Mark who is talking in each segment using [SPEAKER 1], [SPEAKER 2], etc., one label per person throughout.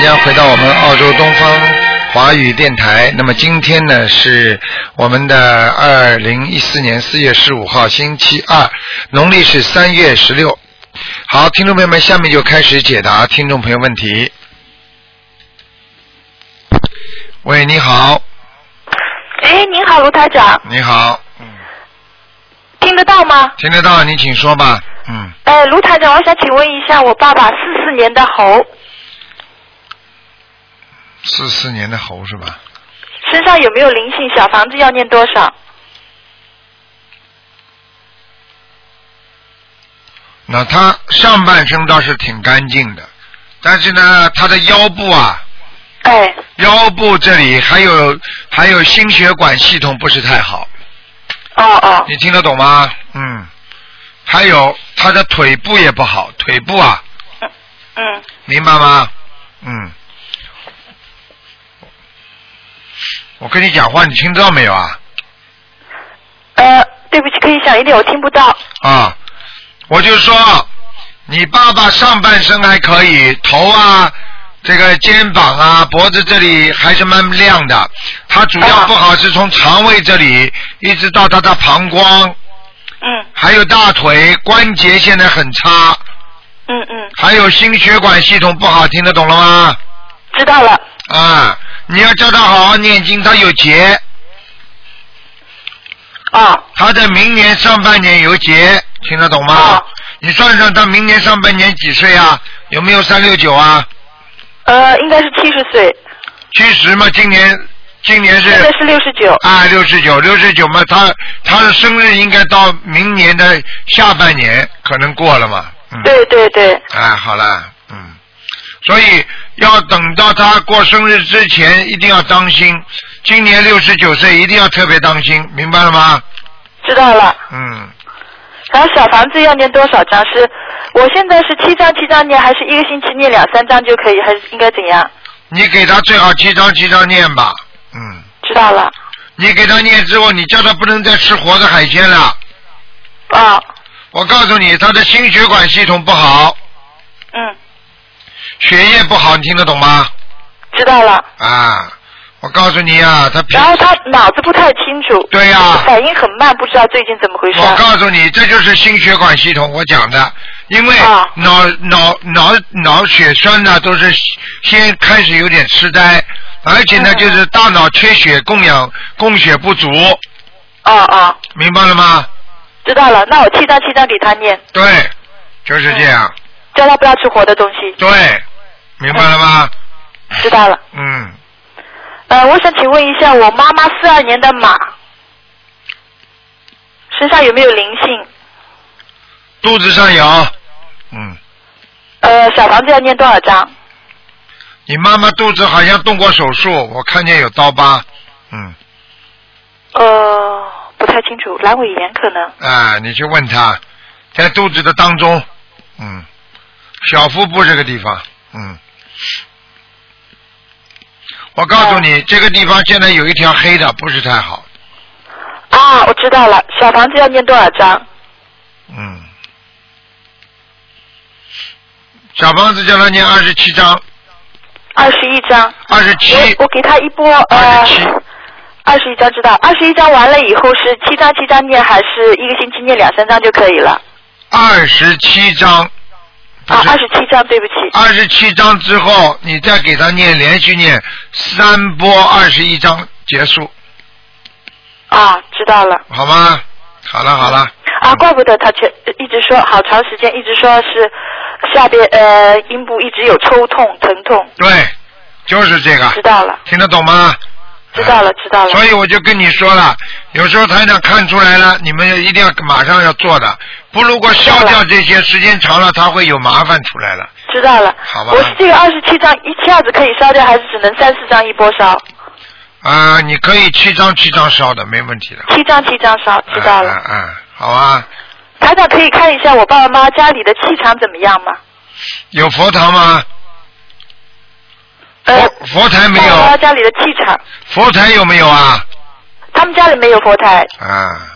[SPEAKER 1] 家回到我们澳洲东方华语电台。那么今天呢是我们的二零一四年四月十五号，星期二，农历是三月十六。好，听众朋友们，下面就开始解答听众朋友问题。喂，你好，
[SPEAKER 2] 哎，您好，卢台长，
[SPEAKER 1] 你好，
[SPEAKER 2] 听得到吗？
[SPEAKER 1] 听得到，你请说吧。嗯，
[SPEAKER 2] 哎，卢台长，我想请问一下，我爸爸四四年的猴，
[SPEAKER 1] 四四年的猴是吧？
[SPEAKER 2] 身上有没有灵性？小房子要念多少？
[SPEAKER 1] 那他上半身倒是挺干净的，但是呢，他的腰部啊，
[SPEAKER 2] 哎，
[SPEAKER 1] 腰部这里还有还有心血管系统不是太好，
[SPEAKER 2] 哦哦，
[SPEAKER 1] 你听得懂吗？嗯，还有他的腿部也不好，腿部啊，
[SPEAKER 2] 嗯，
[SPEAKER 1] 明白吗？嗯，我跟你讲话，你听到没有啊？
[SPEAKER 2] 呃，对不起，可以响一点，我听不到。
[SPEAKER 1] 啊，我就说，你爸爸上半身还可以，头啊，这个肩膀啊，脖子这里还是蛮亮的。他主要
[SPEAKER 2] 啊
[SPEAKER 1] 不好是从肠胃这里一直到他的膀胱，
[SPEAKER 2] 嗯
[SPEAKER 1] 还有大腿关节现在很差，
[SPEAKER 2] 嗯嗯，
[SPEAKER 1] 还有心血管系统不好，听得懂了吗？
[SPEAKER 2] 知道了。
[SPEAKER 1] 啊，你要叫他好好念经，他有劫，
[SPEAKER 2] 哦
[SPEAKER 1] 他在明年上半年有劫，听得懂吗？
[SPEAKER 2] 哦
[SPEAKER 1] 你算算他明年上半年几岁啊？有没有三六九啊？
[SPEAKER 2] 呃，应该是七十岁，
[SPEAKER 1] 其实嘛，今年今年
[SPEAKER 2] 现在
[SPEAKER 1] 是
[SPEAKER 2] 是六十九。
[SPEAKER 1] 啊六十九，六十九嘛，他他的生日应该到明年的下半年可能过了嘛，嗯，
[SPEAKER 2] 对对对，
[SPEAKER 1] 哎，好了，嗯，所以要等到他过生日之前一定要当心，今年六十九岁一定要特别当心，明白了吗？
[SPEAKER 2] 知道了。
[SPEAKER 1] 嗯，
[SPEAKER 2] 然后小房子要念多少张？是我现在是七张七张念，还是一个星期念两三张就可以，还是应该怎样？
[SPEAKER 1] 你给他最好七张七张念吧，嗯，
[SPEAKER 2] 知道了。
[SPEAKER 1] 你给他念之后，你叫他不能再吃活的海鲜了，
[SPEAKER 2] 啊、
[SPEAKER 1] 我告诉你，他的心血管系统不好。
[SPEAKER 2] 嗯，
[SPEAKER 1] 血液不好，你听得懂吗？
[SPEAKER 2] 知道了。
[SPEAKER 1] 啊，我告诉你啊，他脾
[SPEAKER 2] 然后他脑子不太清楚，
[SPEAKER 1] 对呀、
[SPEAKER 2] 反应很慢，不知道最近怎么回事。
[SPEAKER 1] 我告诉你，这就是心血管系统我讲的，因为
[SPEAKER 2] 啊
[SPEAKER 1] 脑脑脑脑血栓呢，都是先开始有点痴呆，而且呢，
[SPEAKER 2] 嗯
[SPEAKER 1] 就是大脑缺血供氧供血不足，
[SPEAKER 2] 哦哦，
[SPEAKER 1] 明白了吗？
[SPEAKER 2] 知道了。那我七张七张给他念，
[SPEAKER 1] 对，就是这样，
[SPEAKER 2] 叫他不要吃活的东西。
[SPEAKER 1] 对，明白了吗？
[SPEAKER 2] 知道了。
[SPEAKER 1] 嗯，
[SPEAKER 2] 呃，我想请问一下，我妈妈四二年的马身上有没有灵性？
[SPEAKER 1] 肚子上有，嗯，
[SPEAKER 2] 呃，小房子要念多少张？
[SPEAKER 1] 你妈妈肚子好像动过手术，我看见有刀疤，嗯。
[SPEAKER 2] 呃，不太清楚，阑尾炎可能。
[SPEAKER 1] 啊，你去问他，在肚子的当中，嗯，小腹部这个地方，嗯，我告诉
[SPEAKER 2] 哦
[SPEAKER 1] 你，这个地方现在有一条黑的，不是太好，
[SPEAKER 2] 啊，我知道了，小房子要念多少张？
[SPEAKER 1] 嗯。小房子叫他念二十七章，
[SPEAKER 2] 二十一张。
[SPEAKER 1] 二十七，
[SPEAKER 2] 我我给他一波呃
[SPEAKER 1] 二十七，
[SPEAKER 2] 二十一张知道，二十一张完了以后是七张七张念，还是一个星期念两三张就可以了？
[SPEAKER 1] 二十七章，不
[SPEAKER 2] 啊，
[SPEAKER 1] 是
[SPEAKER 2] 二十七张，对不起。
[SPEAKER 1] 二十七章之后，你再给他念，连续念三波二十一章结束，
[SPEAKER 2] 啊，知道了。
[SPEAKER 1] 好吗？好了好了，
[SPEAKER 2] 啊，怪不得他全一直说好长时间，一直说是下边呃阴部一直有抽痛疼痛，
[SPEAKER 1] 对，就是这
[SPEAKER 2] 知
[SPEAKER 1] 个，
[SPEAKER 2] 道了，
[SPEAKER 1] 听得懂吗？
[SPEAKER 2] 知道了，知道了。
[SPEAKER 1] 嗯所以我就跟你说了，有时候台长看出来了，你们一定要马上要做的，不如果消掉这些，时间长了它会有麻烦出来了。
[SPEAKER 2] 知道了。
[SPEAKER 1] 好吧
[SPEAKER 2] 我是这个二十七张一下子可以烧掉，还是只能三四张一波
[SPEAKER 1] 嗯
[SPEAKER 2] 烧？
[SPEAKER 1] 啊、你可以七张七张烧的，没问题的。
[SPEAKER 2] 七张七张烧，知道了。
[SPEAKER 1] 啊、嗯嗯好啊，
[SPEAKER 2] 台长可以看一下我爸爸妈妈家里的气场怎么样吗？
[SPEAKER 1] 有佛堂吗？
[SPEAKER 2] 呃，
[SPEAKER 1] 佛佛台没
[SPEAKER 2] 爸爸妈妈
[SPEAKER 1] 有，
[SPEAKER 2] 家里的气场，
[SPEAKER 1] 佛台有没有啊？
[SPEAKER 2] 他们家里没有佛台，
[SPEAKER 1] 啊，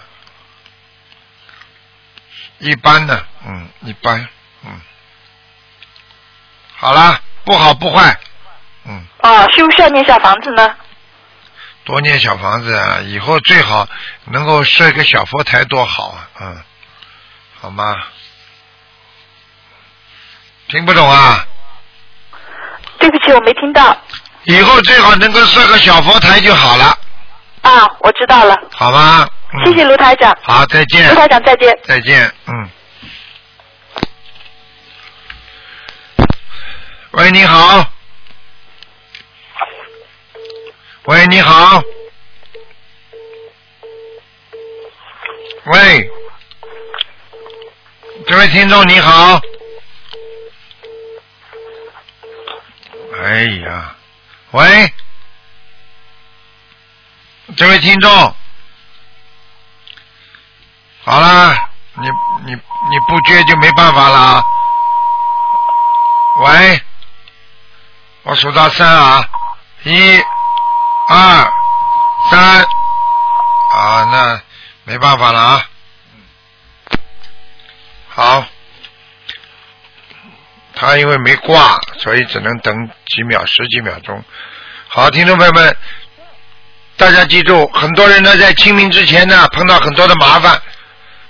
[SPEAKER 1] 一般的，嗯，一般，嗯，好啦，不好不坏，嗯，
[SPEAKER 2] 啊，需不需要念小房子呢？
[SPEAKER 1] 多念小房子啊，以后最好能够设个小佛台多好啊，嗯，好吗？听不懂啊？
[SPEAKER 2] 对不起，我没听到。
[SPEAKER 1] 以后最好能够设个小佛台就好了，
[SPEAKER 2] 啊，我知道了，
[SPEAKER 1] 好吗？嗯、
[SPEAKER 2] 谢谢。卢台长，
[SPEAKER 1] 好，再见
[SPEAKER 2] 卢。台长再见。
[SPEAKER 1] 再见，嗯。喂，你好。喂，你好。喂，这位听众你好。哎呀，喂，这位听众，好啦，你你你不接就没办法啦。喂，我数到三啊，一、二、三，啊，那没办法了啊。好，他因为没挂，所以只能等几秒、十几秒钟。好，听众朋友们，大家记住，很多人呢在清明之前呢碰到很多的麻烦，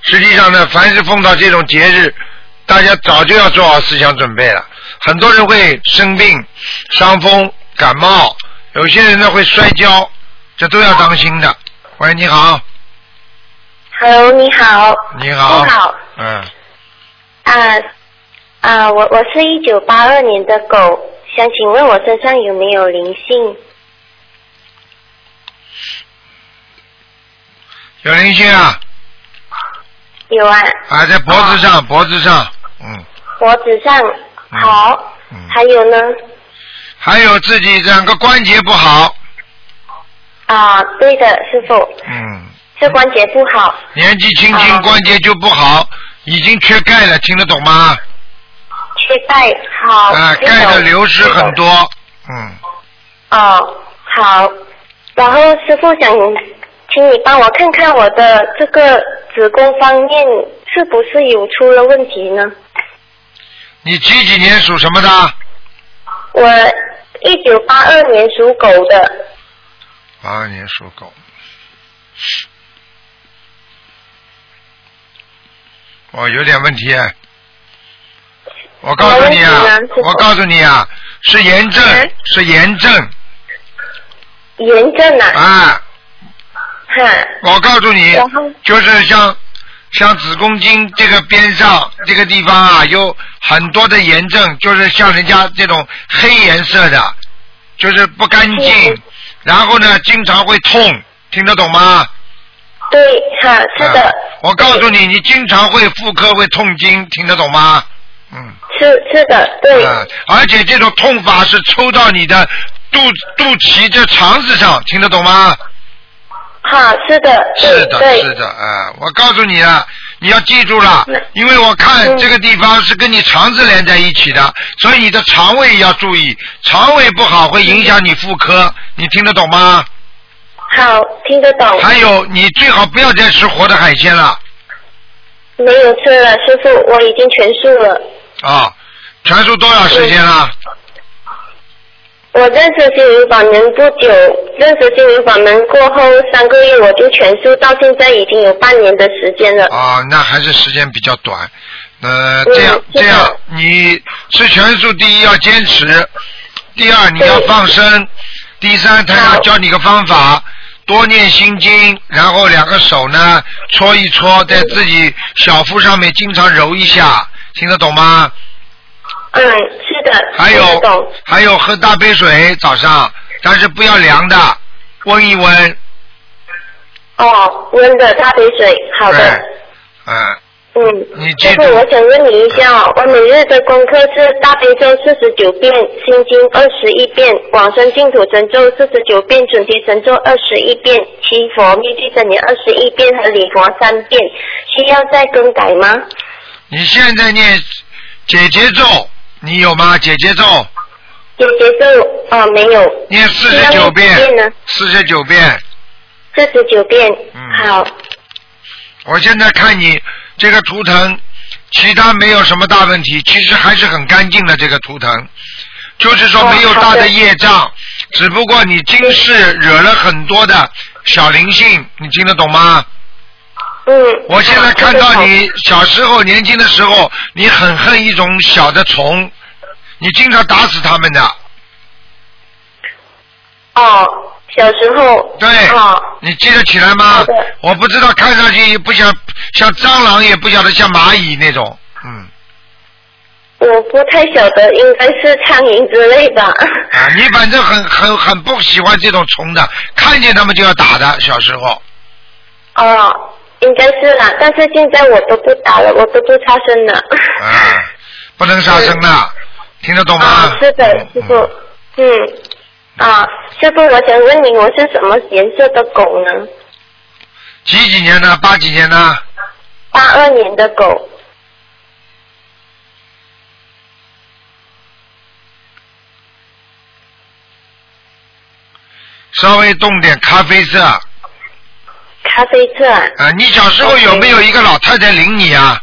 [SPEAKER 1] 实际上呢，凡是碰到这种节日，大家早就要做好思想准备了。很多人会生病、伤风、感冒，有些人呢会摔跤，这都要当心的。喂，你好，
[SPEAKER 3] Hello，你好。
[SPEAKER 1] 你好，
[SPEAKER 3] 你好。
[SPEAKER 1] 嗯，
[SPEAKER 3] 啊啊，我我是一九八二年的狗，想请问我身上有没有灵性？
[SPEAKER 1] 有灵性啊，
[SPEAKER 3] 有啊，
[SPEAKER 1] 啊，在脖子
[SPEAKER 3] 哦
[SPEAKER 1] 上，脖子上，嗯，
[SPEAKER 3] 脖子上。
[SPEAKER 1] 嗯
[SPEAKER 3] 好。
[SPEAKER 1] 嗯
[SPEAKER 3] 还有呢？
[SPEAKER 1] 还有自己两个关节不好，
[SPEAKER 3] 啊，对的，师傅，
[SPEAKER 1] 嗯，
[SPEAKER 3] 这关节不好。
[SPEAKER 1] 年纪轻轻
[SPEAKER 3] 啊
[SPEAKER 1] 关节就不好，已经缺钙了，听得懂吗？
[SPEAKER 3] 缺钙，好。
[SPEAKER 1] 啊，
[SPEAKER 3] 哦听
[SPEAKER 1] 钙
[SPEAKER 3] 懂
[SPEAKER 1] 的流失很。
[SPEAKER 3] 听懂
[SPEAKER 1] 多，嗯，
[SPEAKER 3] 哦，好。然后师傅想，请你帮我看看我的这个子宫方面是不是有出了问题呢？
[SPEAKER 1] 你几几年属什么的？
[SPEAKER 3] 我一九八二年属狗的，
[SPEAKER 1] 八二年属狗。哦，有点问题哎。我告诉你啊
[SPEAKER 3] 什么问题呢师，傅
[SPEAKER 1] 我告诉你啊，是炎症
[SPEAKER 3] 嗯，
[SPEAKER 1] 是炎症
[SPEAKER 3] 炎症啊，
[SPEAKER 1] 啊！
[SPEAKER 3] 哈、
[SPEAKER 1] 我告诉你
[SPEAKER 3] 然后，
[SPEAKER 1] 就是像像子宫颈这个边上这个地方啊，有很多的炎症，就是像人家这种黑颜色的，就是不干净
[SPEAKER 3] 嗯，
[SPEAKER 1] 然后呢，经常会痛，听得懂吗？
[SPEAKER 3] 对，哈、是的，
[SPEAKER 1] 啊我告诉你，你经常会妇科会痛经，听得懂吗？嗯。
[SPEAKER 3] 是是的，对，
[SPEAKER 1] 啊，而且这种痛法是抽到你的肚肚脐这肠子上，听得懂吗？
[SPEAKER 3] 哈、是的，对
[SPEAKER 1] 是的，
[SPEAKER 3] 对
[SPEAKER 1] 是的，啊，我告诉你了，你要记住了
[SPEAKER 3] 嗯，
[SPEAKER 1] 因为我看
[SPEAKER 3] 嗯
[SPEAKER 1] 这个地方是跟你肠子连在一起的，所以你的肠胃要注意，肠胃不好会影响你妇科，你听得懂吗？
[SPEAKER 3] 好，听得懂，
[SPEAKER 1] 还有，你最好不要再吃活的海鲜了。
[SPEAKER 3] 没有吃了，师傅，我已经全素了，
[SPEAKER 1] 啊，全素多少时间了？
[SPEAKER 3] 我认识心灵法门不久，认识心灵法门过后三个月我就全素，到现在已经有半年的时间 了，
[SPEAKER 1] 啊，那还是时间比较短。呃，
[SPEAKER 3] 嗯
[SPEAKER 1] 这样
[SPEAKER 3] 是的
[SPEAKER 1] 这样，你吃全素，第一要坚持，第二你要
[SPEAKER 3] 对
[SPEAKER 1] 放生，第三他要
[SPEAKER 3] 好
[SPEAKER 1] 教你个方法，多念心经，然后两个手呢搓一搓，在自己小腹上面经常揉一下，听得懂吗？
[SPEAKER 3] 嗯，是的，
[SPEAKER 1] 还
[SPEAKER 3] 听得
[SPEAKER 1] 有
[SPEAKER 3] 懂，
[SPEAKER 1] 还有喝大杯水早上，但是不要凉的，温一温，
[SPEAKER 3] 哦，温的大杯水，好
[SPEAKER 1] 对
[SPEAKER 3] 的。，
[SPEAKER 1] 嗯。
[SPEAKER 3] 嗯，
[SPEAKER 1] 你记
[SPEAKER 3] 师
[SPEAKER 1] 住
[SPEAKER 3] 傅，我想问你一下哦，我每日的功课是大悲咒四十九遍，心经二十一遍，往生净土神咒四十九遍，准提神咒二十一遍，七佛灭罪真言二十一遍和礼佛三遍，需要再更改吗？
[SPEAKER 1] 你现在念姐姐咒，你有吗？姐姐咒
[SPEAKER 3] 有节奏哦，没有，
[SPEAKER 1] 啊念四十九
[SPEAKER 3] 那念几遍
[SPEAKER 1] 遍
[SPEAKER 3] 呢，
[SPEAKER 1] 四十九遍。
[SPEAKER 3] 四十九遍。
[SPEAKER 1] 嗯
[SPEAKER 3] 好，
[SPEAKER 1] 我现在看你这个图腾，其他没有什么大问题，其实还是很干净的这个图腾，就是说没有哦大的业障，只不过你今世惹了很多的小灵性，你听得懂吗？
[SPEAKER 3] 嗯。
[SPEAKER 1] 我现在看到
[SPEAKER 3] 好
[SPEAKER 1] 你小时候年轻的时候，你很恨一种小的虫，你经常打死它们的。
[SPEAKER 3] 哦，小时候。
[SPEAKER 1] 对
[SPEAKER 3] 哦，
[SPEAKER 1] 你记得起来吗
[SPEAKER 3] 好的？
[SPEAKER 1] 我不知道，看上去也不像像蟑螂，也不晓得像蚂蚁那种。嗯，
[SPEAKER 3] 我不太晓得，应该是苍蝇之类吧。
[SPEAKER 1] 啊， 你反正很很很不喜欢这种虫的，看见它们就要打的。小时候，
[SPEAKER 3] 哦，应该是啦，但是现在我都不打了，我都不杀生了。
[SPEAKER 1] 啊， 不能杀生的，听得懂吗
[SPEAKER 3] 啊，？是的，师
[SPEAKER 1] 嗯
[SPEAKER 3] 傅，嗯，啊，师傅，我想问你，我是什么颜色的狗呢？
[SPEAKER 1] 几几年的？八几年的？
[SPEAKER 3] 八二年的狗，
[SPEAKER 1] 稍微动点咖啡色。
[SPEAKER 3] 咖啡色啊。
[SPEAKER 1] 啊，你小时候有没有一个老太太领你啊？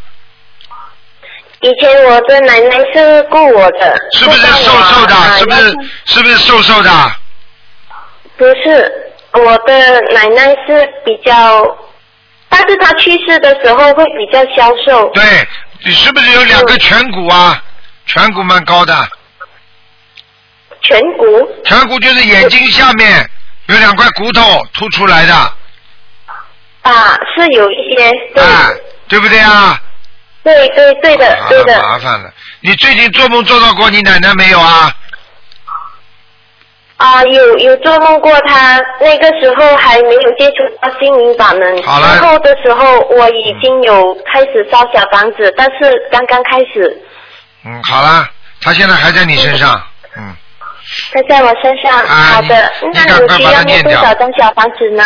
[SPEAKER 3] 以前我的奶奶是雇我的，
[SPEAKER 1] 是不是
[SPEAKER 3] 雇到
[SPEAKER 1] 瘦
[SPEAKER 3] 我
[SPEAKER 1] 瘦的？
[SPEAKER 3] 啊
[SPEAKER 1] 是不是？是不是瘦瘦的？
[SPEAKER 3] 不是，我的奶奶是比较，但是她去世的时候会比较消瘦。
[SPEAKER 1] 对，你是不是有两个颧骨啊？颧骨蛮高的，
[SPEAKER 3] 颧骨
[SPEAKER 1] 颧骨就是眼睛下面有两块骨头凸出来的，
[SPEAKER 3] 啊是有一些，对、
[SPEAKER 1] 哎，对不对啊？
[SPEAKER 3] 对对对的对的，
[SPEAKER 1] 啊，麻烦了。你最近做梦做到过你奶奶没有啊？
[SPEAKER 3] 啊，有有做梦过他，那个时候还没有接触到心灵法门。
[SPEAKER 1] 好了
[SPEAKER 3] 然后的时候我已经有开始烧小房子，但是刚刚开始，
[SPEAKER 1] 嗯，好啦，她现在还在你身上，嗯，
[SPEAKER 3] 它在我身上。
[SPEAKER 1] 啊
[SPEAKER 3] 好的
[SPEAKER 1] 你，你
[SPEAKER 3] 那
[SPEAKER 1] 赶
[SPEAKER 3] 有
[SPEAKER 1] 快
[SPEAKER 3] 需
[SPEAKER 1] 把它
[SPEAKER 3] 要
[SPEAKER 1] 念
[SPEAKER 3] 念多
[SPEAKER 1] 掉
[SPEAKER 3] 少张小房子呢？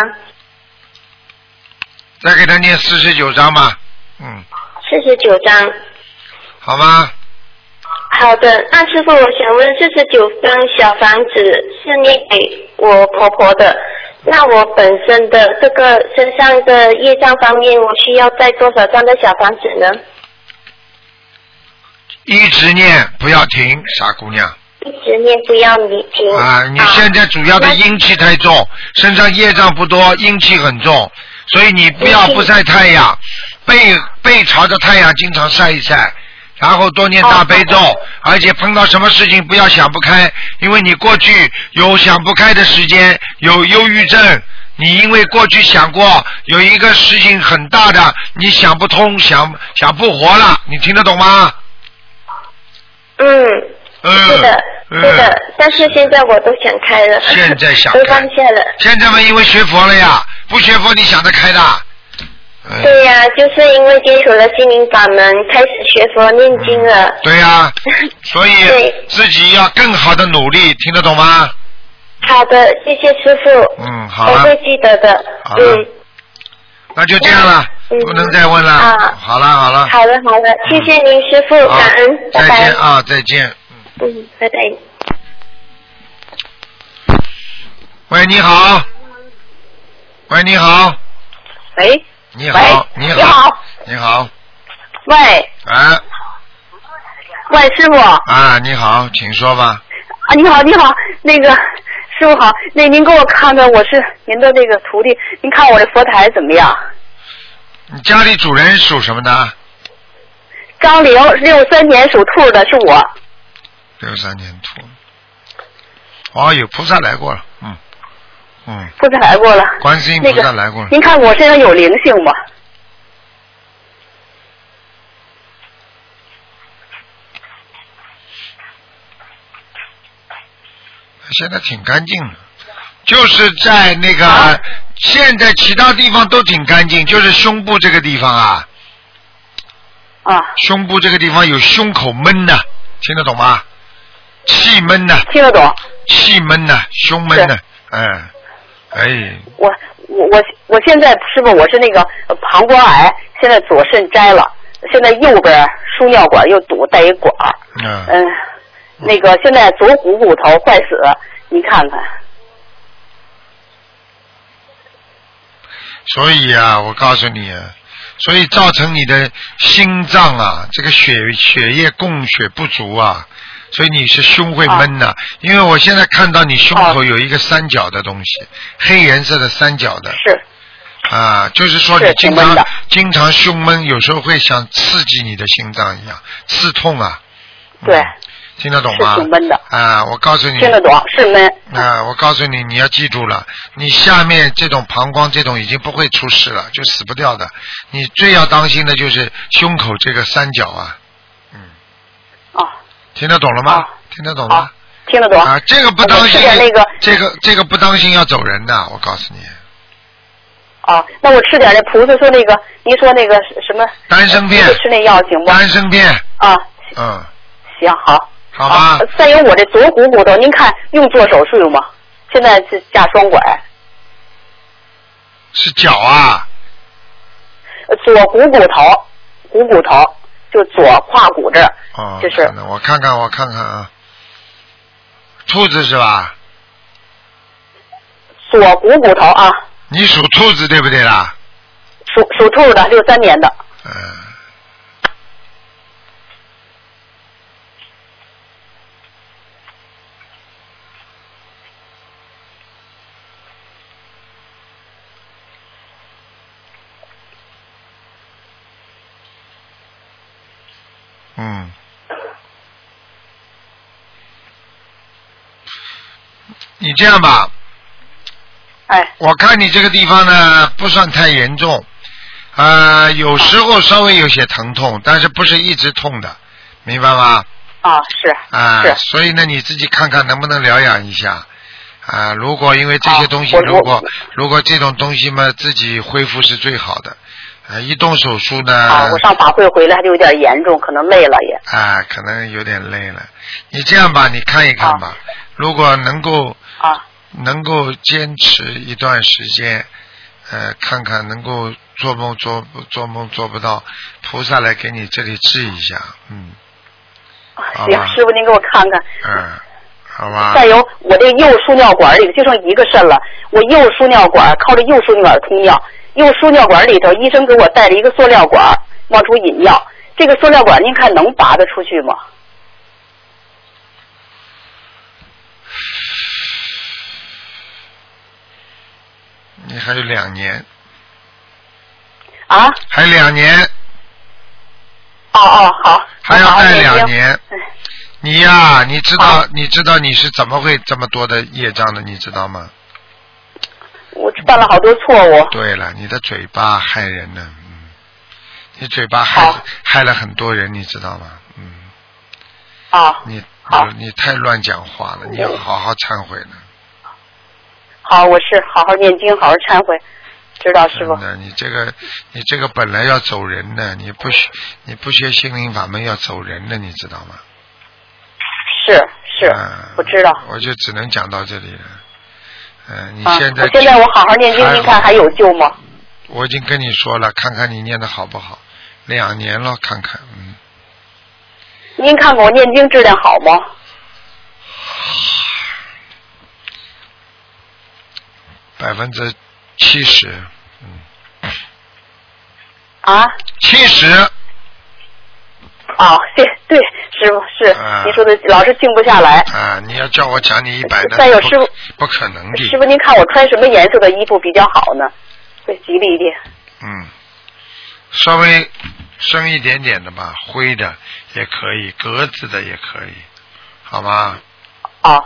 [SPEAKER 1] 再给她念四十九章吧，嗯，
[SPEAKER 3] 四十九张。
[SPEAKER 1] 好吗？
[SPEAKER 3] 好的，那师傅，我想问，四十九张小房子是念给我婆婆的，那我本身的这个身上的业障方面，我需要再多少张的小房子呢？
[SPEAKER 1] 一直念，不要停，傻姑娘
[SPEAKER 3] 一直念不要你停
[SPEAKER 1] 啊！你现在主要的阴气太
[SPEAKER 3] 啊
[SPEAKER 1] 重，身上业障不多，阴气很重，所以你不要不晒太阳，背背朝着太阳经常晒一晒，然后多念大悲咒，
[SPEAKER 3] 哦
[SPEAKER 1] 而且碰到什么事情不要想不开，因为你过去有想不开的时间，有忧郁症。你因为过去想过有一个事情很大的，你想不通，想想不活了，你听得懂吗？
[SPEAKER 3] 嗯，
[SPEAKER 1] 嗯，
[SPEAKER 3] 是的，
[SPEAKER 1] 嗯
[SPEAKER 3] 是的，但是现在我都想开了，
[SPEAKER 1] 现在想
[SPEAKER 3] 都
[SPEAKER 1] 开
[SPEAKER 3] 放下了。
[SPEAKER 1] 现在嘛，因为学佛了呀，不学佛你想得开的。嗯
[SPEAKER 3] 对呀、就是因为接触了心灵法门，开始学佛念经了。
[SPEAKER 1] 对呀、所以
[SPEAKER 3] 对
[SPEAKER 1] 自己要更好的努力，听得懂吗？
[SPEAKER 3] 好的，谢谢师傅，
[SPEAKER 1] 嗯，好
[SPEAKER 3] 我会
[SPEAKER 1] 了，
[SPEAKER 3] 记得的。
[SPEAKER 1] 好了
[SPEAKER 3] 嗯，
[SPEAKER 1] 那就这样了，
[SPEAKER 3] 嗯
[SPEAKER 1] 不能再问了。
[SPEAKER 3] 啊
[SPEAKER 1] 好了好了，
[SPEAKER 3] 好的好的，谢谢您师傅，
[SPEAKER 1] 嗯好
[SPEAKER 3] 感恩，拜
[SPEAKER 1] 再
[SPEAKER 3] 拜
[SPEAKER 1] 见。啊，再见。
[SPEAKER 3] 嗯，拜拜。
[SPEAKER 1] 喂，你好。喂，你好。
[SPEAKER 4] 喂，
[SPEAKER 1] 你好，
[SPEAKER 4] 喂
[SPEAKER 1] 你
[SPEAKER 4] 你
[SPEAKER 1] 好
[SPEAKER 4] 好，
[SPEAKER 1] 你好，
[SPEAKER 4] 喂
[SPEAKER 1] 啊
[SPEAKER 4] 喂，师傅啊，
[SPEAKER 1] 啊，你好，请说吧。
[SPEAKER 4] 你好你好，那个师傅好，那您给我看看我是您的那个徒弟，您看我这佛台怎么样？
[SPEAKER 1] 你家里主人属什么的？
[SPEAKER 4] 张玲，六三年属兔的是我，
[SPEAKER 1] 六三年兔。哦，有菩萨来过了，嗯，嗯，
[SPEAKER 4] 菩萨来过了。
[SPEAKER 1] 观世音菩萨来过
[SPEAKER 4] 那
[SPEAKER 1] 了
[SPEAKER 4] 个，您看我身上有灵性吗？
[SPEAKER 1] 现在挺干净的，就是在那个、
[SPEAKER 4] 啊
[SPEAKER 1] 现在其他地方都挺干净，就是胸部这个地方啊，
[SPEAKER 4] 啊，
[SPEAKER 1] 胸部这个地方有胸口闷呐、听得懂吗？气闷呐、
[SPEAKER 4] 听得懂？
[SPEAKER 1] 气闷呐、胸闷呐、嗯，哎，
[SPEAKER 4] 我我我我现在师傅我是那个呃膀胱癌，现在左肾摘了，现在右边输尿管又堵带一管儿，
[SPEAKER 1] 嗯，
[SPEAKER 4] 嗯，那个现在左股骨头坏死，您看看。
[SPEAKER 1] 所以啊，我告诉你、啊，所以造成你的心脏啊，这个血血液供血不足啊，
[SPEAKER 4] 所以你是胸会闷的。因为我现在看到你胸口有一个三角的东西，黑颜色的三角的
[SPEAKER 2] 是
[SPEAKER 4] 啊，就是说你
[SPEAKER 2] 是
[SPEAKER 4] 经
[SPEAKER 2] 挺闷
[SPEAKER 4] 常
[SPEAKER 2] 的
[SPEAKER 4] 经常胸闷，有时候会想刺激你的心脏一样，刺痛啊。嗯
[SPEAKER 2] 对，
[SPEAKER 4] 听得懂
[SPEAKER 2] 是
[SPEAKER 4] 吗？
[SPEAKER 2] 挺闷的，
[SPEAKER 4] 啊，我告诉你，
[SPEAKER 2] 听得懂是闷。
[SPEAKER 4] 啊，我告诉你，你要记住了，你下面这种膀胱这种已经不会出事了，就死不掉的。你最要当心的就是胸口这个三角啊，
[SPEAKER 2] 哦，
[SPEAKER 4] 听得懂了吗？
[SPEAKER 2] 啊
[SPEAKER 4] 听得懂
[SPEAKER 2] 好
[SPEAKER 4] 吗？，
[SPEAKER 2] 听得懂。
[SPEAKER 4] 啊，这个不当
[SPEAKER 2] 我吃，
[SPEAKER 4] 心
[SPEAKER 2] 点那个
[SPEAKER 4] 这个这个不当心要走人的，我告诉你，
[SPEAKER 2] 哦，那我吃点那菩萨说那个，您说那个什么
[SPEAKER 4] 丹参片
[SPEAKER 2] 吃那药行不？
[SPEAKER 4] 丹参片，
[SPEAKER 2] 啊，
[SPEAKER 4] 嗯，
[SPEAKER 2] 行好。
[SPEAKER 4] 好吧
[SPEAKER 2] 啊。再有我这左股骨头，您看用做手术吗？现在是架双拐，
[SPEAKER 4] 是脚啊，
[SPEAKER 2] 呃左股骨头，股骨头就左胯骨这儿，
[SPEAKER 4] 哦，
[SPEAKER 2] 就是
[SPEAKER 4] 可能我看看，我看看啊，兔子是吧？
[SPEAKER 2] 左股骨头啊，
[SPEAKER 4] 你属兔子对不对啦？
[SPEAKER 2] 属属兔的，六三年的，
[SPEAKER 4] 嗯，嗯，你这样吧，
[SPEAKER 2] 哎，
[SPEAKER 4] 我看你这个地方呢不算太严重，呃，有时候稍微有些疼痛，但是不是一直痛的，明白吗？
[SPEAKER 2] 啊是
[SPEAKER 4] 啊、
[SPEAKER 2] 是
[SPEAKER 4] 所以呢你自己看看能不能疗养一下。啊、如果因为这些东西，
[SPEAKER 2] 啊我
[SPEAKER 4] 如果
[SPEAKER 2] 我
[SPEAKER 4] 如果这种东西嘛，自己恢复是最好的。啊、一动手术呢，
[SPEAKER 2] 啊，我上法会回来就有点严重，可能累了也，
[SPEAKER 4] 啊，可能有点累了。你这样吧，你看一看吧。如果能够
[SPEAKER 2] 啊
[SPEAKER 4] 能够坚持一段时间，呃，看看能够做梦做做梦做不到，菩萨来给你这里治一下，嗯好吧
[SPEAKER 2] 行，师傅您给我看看，
[SPEAKER 4] 嗯，好吧
[SPEAKER 2] 再，有，我这右输尿管里就剩一个肾了，我右输尿管靠着右输尿管通尿，右输尿管里头医生给我带了一个塑料管往出引尿，这个塑料管您看能拔得出去吗？
[SPEAKER 4] 你还有两年，
[SPEAKER 2] 啊，
[SPEAKER 4] 还有两年，
[SPEAKER 2] 哦哦好，
[SPEAKER 4] 还要
[SPEAKER 2] 好好
[SPEAKER 4] 再
[SPEAKER 2] 念经
[SPEAKER 4] 两年
[SPEAKER 2] 嗯
[SPEAKER 4] 你呀、你知道你知道你是怎么会这么多的业障的，你知道吗？
[SPEAKER 2] 我犯了好多错误，
[SPEAKER 4] 对了，你的嘴巴害人呢，嗯，你嘴巴害
[SPEAKER 2] 好
[SPEAKER 4] 害了很多人，你知道吗？嗯，
[SPEAKER 2] 啊，
[SPEAKER 4] 你
[SPEAKER 2] 好
[SPEAKER 4] 你你太乱讲话了，你要好好忏悔了。
[SPEAKER 2] 好，我是好好念经，好好忏悔，知道师傅
[SPEAKER 4] 真，的，嗯你这个你这个本来要走人的，你不学你不学心灵法门要走人的，你知道吗？
[SPEAKER 2] 是是
[SPEAKER 4] 嗯，
[SPEAKER 2] 我知道，
[SPEAKER 4] 我就只能讲到这里了。嗯，你
[SPEAKER 2] 啊，
[SPEAKER 4] 现在、
[SPEAKER 2] 我现在我好好念经，
[SPEAKER 4] 还
[SPEAKER 2] 您看还有救吗？
[SPEAKER 4] 我已经跟你说了，看看你念的好不好，两年了，看看，嗯，
[SPEAKER 2] 您看看我念经质量好吗？
[SPEAKER 4] 百分之七十，
[SPEAKER 2] 啊，
[SPEAKER 4] 七十，
[SPEAKER 2] 哦，谢对，师傅是
[SPEAKER 4] 啊
[SPEAKER 2] 您说的，老是静不下来。
[SPEAKER 4] 啊！你要叫我讲你一百的，
[SPEAKER 2] 再有
[SPEAKER 4] 不
[SPEAKER 2] 师傅
[SPEAKER 4] 不可能
[SPEAKER 2] 师
[SPEAKER 4] 的，
[SPEAKER 2] 傅，您看我穿什么颜色的衣服比较好呢？会吉利一点。
[SPEAKER 4] 嗯，稍微深一点点的吧，灰的也可以，格子的也可以，好吗？
[SPEAKER 2] 哦，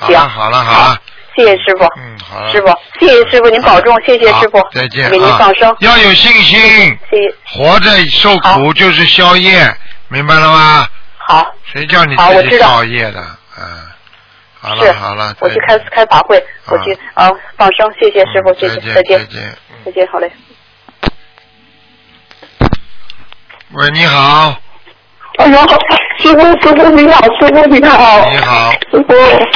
[SPEAKER 4] 好了
[SPEAKER 2] 行
[SPEAKER 4] 好了好了，
[SPEAKER 2] 谢谢师傅，
[SPEAKER 4] 嗯好了，
[SPEAKER 2] 师傅，谢谢师傅，您保重，谢谢
[SPEAKER 4] 好
[SPEAKER 2] 师傅，
[SPEAKER 4] 再见，
[SPEAKER 2] 给您
[SPEAKER 4] 啊
[SPEAKER 2] 放生，
[SPEAKER 4] 要有信心，
[SPEAKER 2] 谢谢，
[SPEAKER 4] 活着受苦
[SPEAKER 2] 好
[SPEAKER 4] 就是消业，明白了吗？
[SPEAKER 2] 好，
[SPEAKER 4] 谁叫你
[SPEAKER 2] 好我
[SPEAKER 4] 自己
[SPEAKER 2] 知道
[SPEAKER 4] 造业的？啊，好
[SPEAKER 2] 是
[SPEAKER 4] 了好了，
[SPEAKER 2] 我去
[SPEAKER 4] 再
[SPEAKER 2] 开
[SPEAKER 4] 见
[SPEAKER 2] 开法会，我去啊放生，谢谢师傅，
[SPEAKER 4] 嗯
[SPEAKER 2] 谢谢，
[SPEAKER 4] 再
[SPEAKER 2] 再
[SPEAKER 4] 见
[SPEAKER 2] 见
[SPEAKER 4] 再，见。
[SPEAKER 2] 再见，好嘞。
[SPEAKER 4] 喂，你好，
[SPEAKER 5] 哎呦，师傅，师傅你好，师傅你好，
[SPEAKER 4] 你好，
[SPEAKER 5] 师傅，师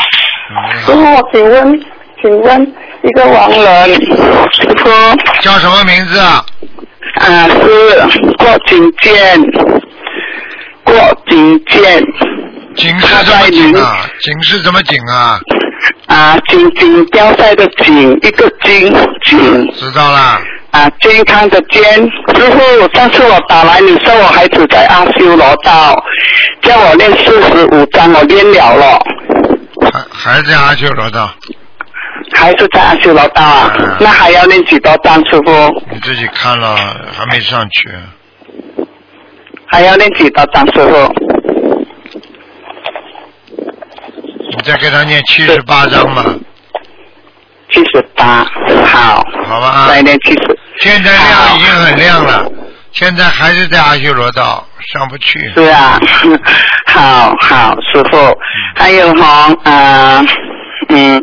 [SPEAKER 4] 嗯你好，
[SPEAKER 5] 傅，请问，请问一个亡人，师傅，
[SPEAKER 4] 叫什么名字啊？
[SPEAKER 5] 啊是郭景健，郭景健，
[SPEAKER 4] 景
[SPEAKER 5] 他
[SPEAKER 4] 是怎么
[SPEAKER 5] 在
[SPEAKER 4] 景
[SPEAKER 5] 您
[SPEAKER 4] 啊？景是怎么景啊？
[SPEAKER 5] 啊，井井标塞的井，一个金井，
[SPEAKER 4] 知道啦，
[SPEAKER 5] 啊，健康的健。师傅，上次我打来，你说我孩子在阿修罗道，叫我练四十五章，我练了了，
[SPEAKER 1] 还还在阿修罗道，
[SPEAKER 5] 还是在阿修罗道啊？
[SPEAKER 1] 嗯
[SPEAKER 5] 那还要练几多章，师傅？
[SPEAKER 1] 你自己看了还没上去，
[SPEAKER 5] 还要练几多章，师傅？
[SPEAKER 1] 你再给他念七十八章吧，
[SPEAKER 5] 七十八，好，
[SPEAKER 1] 好啊吧
[SPEAKER 5] 再？练七十，
[SPEAKER 1] 现在亮已经很亮了，现在还是在阿修罗道，上不去。
[SPEAKER 5] 是啊， 好好，师傅，还有哈，啊、嗯，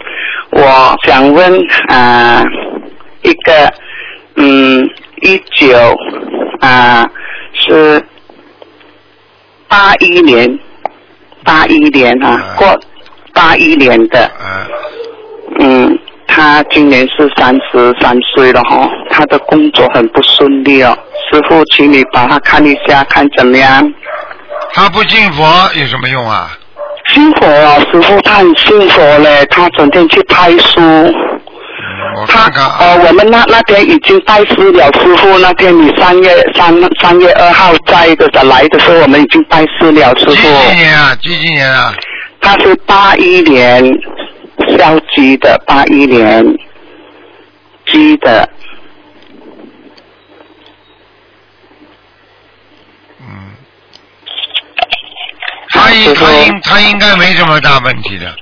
[SPEAKER 5] 我想问啊、一个，嗯，一九啊、是八一年，八一年啊，
[SPEAKER 1] 嗯
[SPEAKER 5] 过八一年的，
[SPEAKER 1] 嗯，
[SPEAKER 5] 嗯，他今年是三十三岁了哈、他的工作很不顺利哦，师傅，请你把他看一下，看怎么样。
[SPEAKER 1] 他不信佛有什么用啊？
[SPEAKER 5] 信佛啊，师傅他很信佛嘞，他整天去拍书。
[SPEAKER 1] 嗯我
[SPEAKER 5] 他
[SPEAKER 1] 看看啊，
[SPEAKER 5] 呃，我们那那天已经拜师了，师傅那天你三月三三月二号在的来的时候，我们已经拜师了，师
[SPEAKER 1] 几几
[SPEAKER 5] 傅。
[SPEAKER 1] 年啊？几几年啊？
[SPEAKER 5] 他是八一年消极的，八一年鸡的，
[SPEAKER 1] 嗯，他应
[SPEAKER 5] 师傅
[SPEAKER 1] 他应他应该没什么大问题的，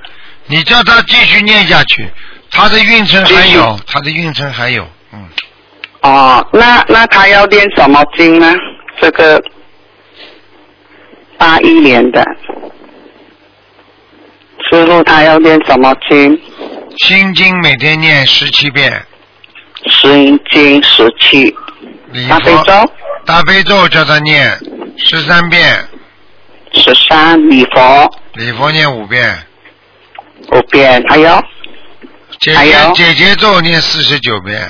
[SPEAKER 1] 你叫他继续念下去，他的运程还有，他的运程还有，嗯，
[SPEAKER 5] 哦，那那他要练什么经呢？这个八一年的师傅他要练什么经？
[SPEAKER 1] 心经每天念十七遍，
[SPEAKER 5] 心经十七，
[SPEAKER 1] 礼
[SPEAKER 5] 大悲
[SPEAKER 1] 佛
[SPEAKER 5] 咒
[SPEAKER 1] 大悲咒叫他念十三遍，
[SPEAKER 5] 十三，礼佛
[SPEAKER 1] 礼佛念五遍，
[SPEAKER 5] 五遍，还有
[SPEAKER 1] 姐
[SPEAKER 5] 还
[SPEAKER 1] 姐
[SPEAKER 5] 有
[SPEAKER 1] 姐姐咒念四十九遍，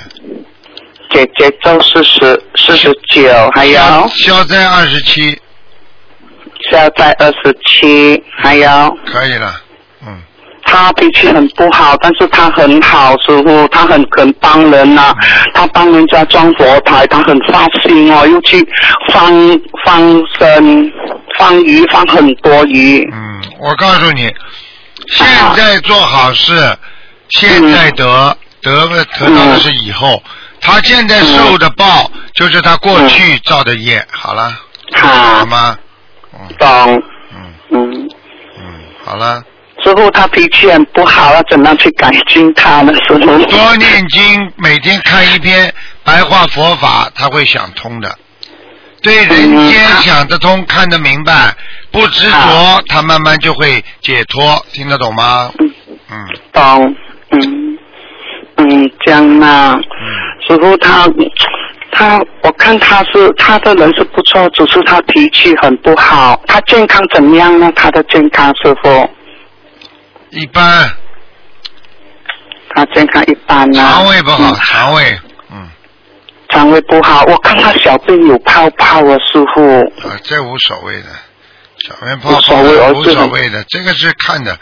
[SPEAKER 5] 姐姐咒四十四十九，还有
[SPEAKER 1] 消消灾二十七，
[SPEAKER 5] 消灾二十七，还有
[SPEAKER 1] 可以了，嗯，
[SPEAKER 5] 他脾气很不好，但是他很好，师傅，他很肯帮人呐、他帮人家装佛台，他很发心哦，又去放放生、放鱼、放很多鱼，
[SPEAKER 1] 嗯，我告诉你，现在做好事，现在
[SPEAKER 5] 嗯
[SPEAKER 1] 得得了得到的是以后，他现在受的报
[SPEAKER 5] 嗯
[SPEAKER 1] 就是他过去造的业。好了，好
[SPEAKER 5] 哈，
[SPEAKER 1] 吗？嗯
[SPEAKER 5] 懂，
[SPEAKER 1] 嗯
[SPEAKER 5] 嗯，
[SPEAKER 1] 嗯，好了，
[SPEAKER 5] 师傅他脾气很不好，要怎样去改进他呢？师傅，
[SPEAKER 1] 多念经，每天看一篇白话佛法，他会想通的。对人间
[SPEAKER 5] 嗯
[SPEAKER 1] 想得通，看得明白，不执着
[SPEAKER 5] 好，
[SPEAKER 1] 他慢慢就会解脱，听得懂吗？嗯
[SPEAKER 5] 懂，嗯嗯，这样呐、
[SPEAKER 1] 嗯，
[SPEAKER 5] 师傅他他，我看他是他的人是不错，只是他脾气很不好。他健康怎么样呢？他的健康师傅，
[SPEAKER 1] 一般。
[SPEAKER 5] 他健康一般呢、
[SPEAKER 1] 肠胃不好，
[SPEAKER 5] 嗯
[SPEAKER 1] 肠胃，嗯，
[SPEAKER 5] 肠胃不好。我看他小便有泡泡啊，师傅。
[SPEAKER 1] 啊，这无所谓的，小便泡
[SPEAKER 5] 无
[SPEAKER 1] 泡
[SPEAKER 5] 所谓
[SPEAKER 1] 的
[SPEAKER 5] 而
[SPEAKER 1] 无
[SPEAKER 5] 这
[SPEAKER 1] 所
[SPEAKER 5] 种
[SPEAKER 1] 谓的，这个是看的。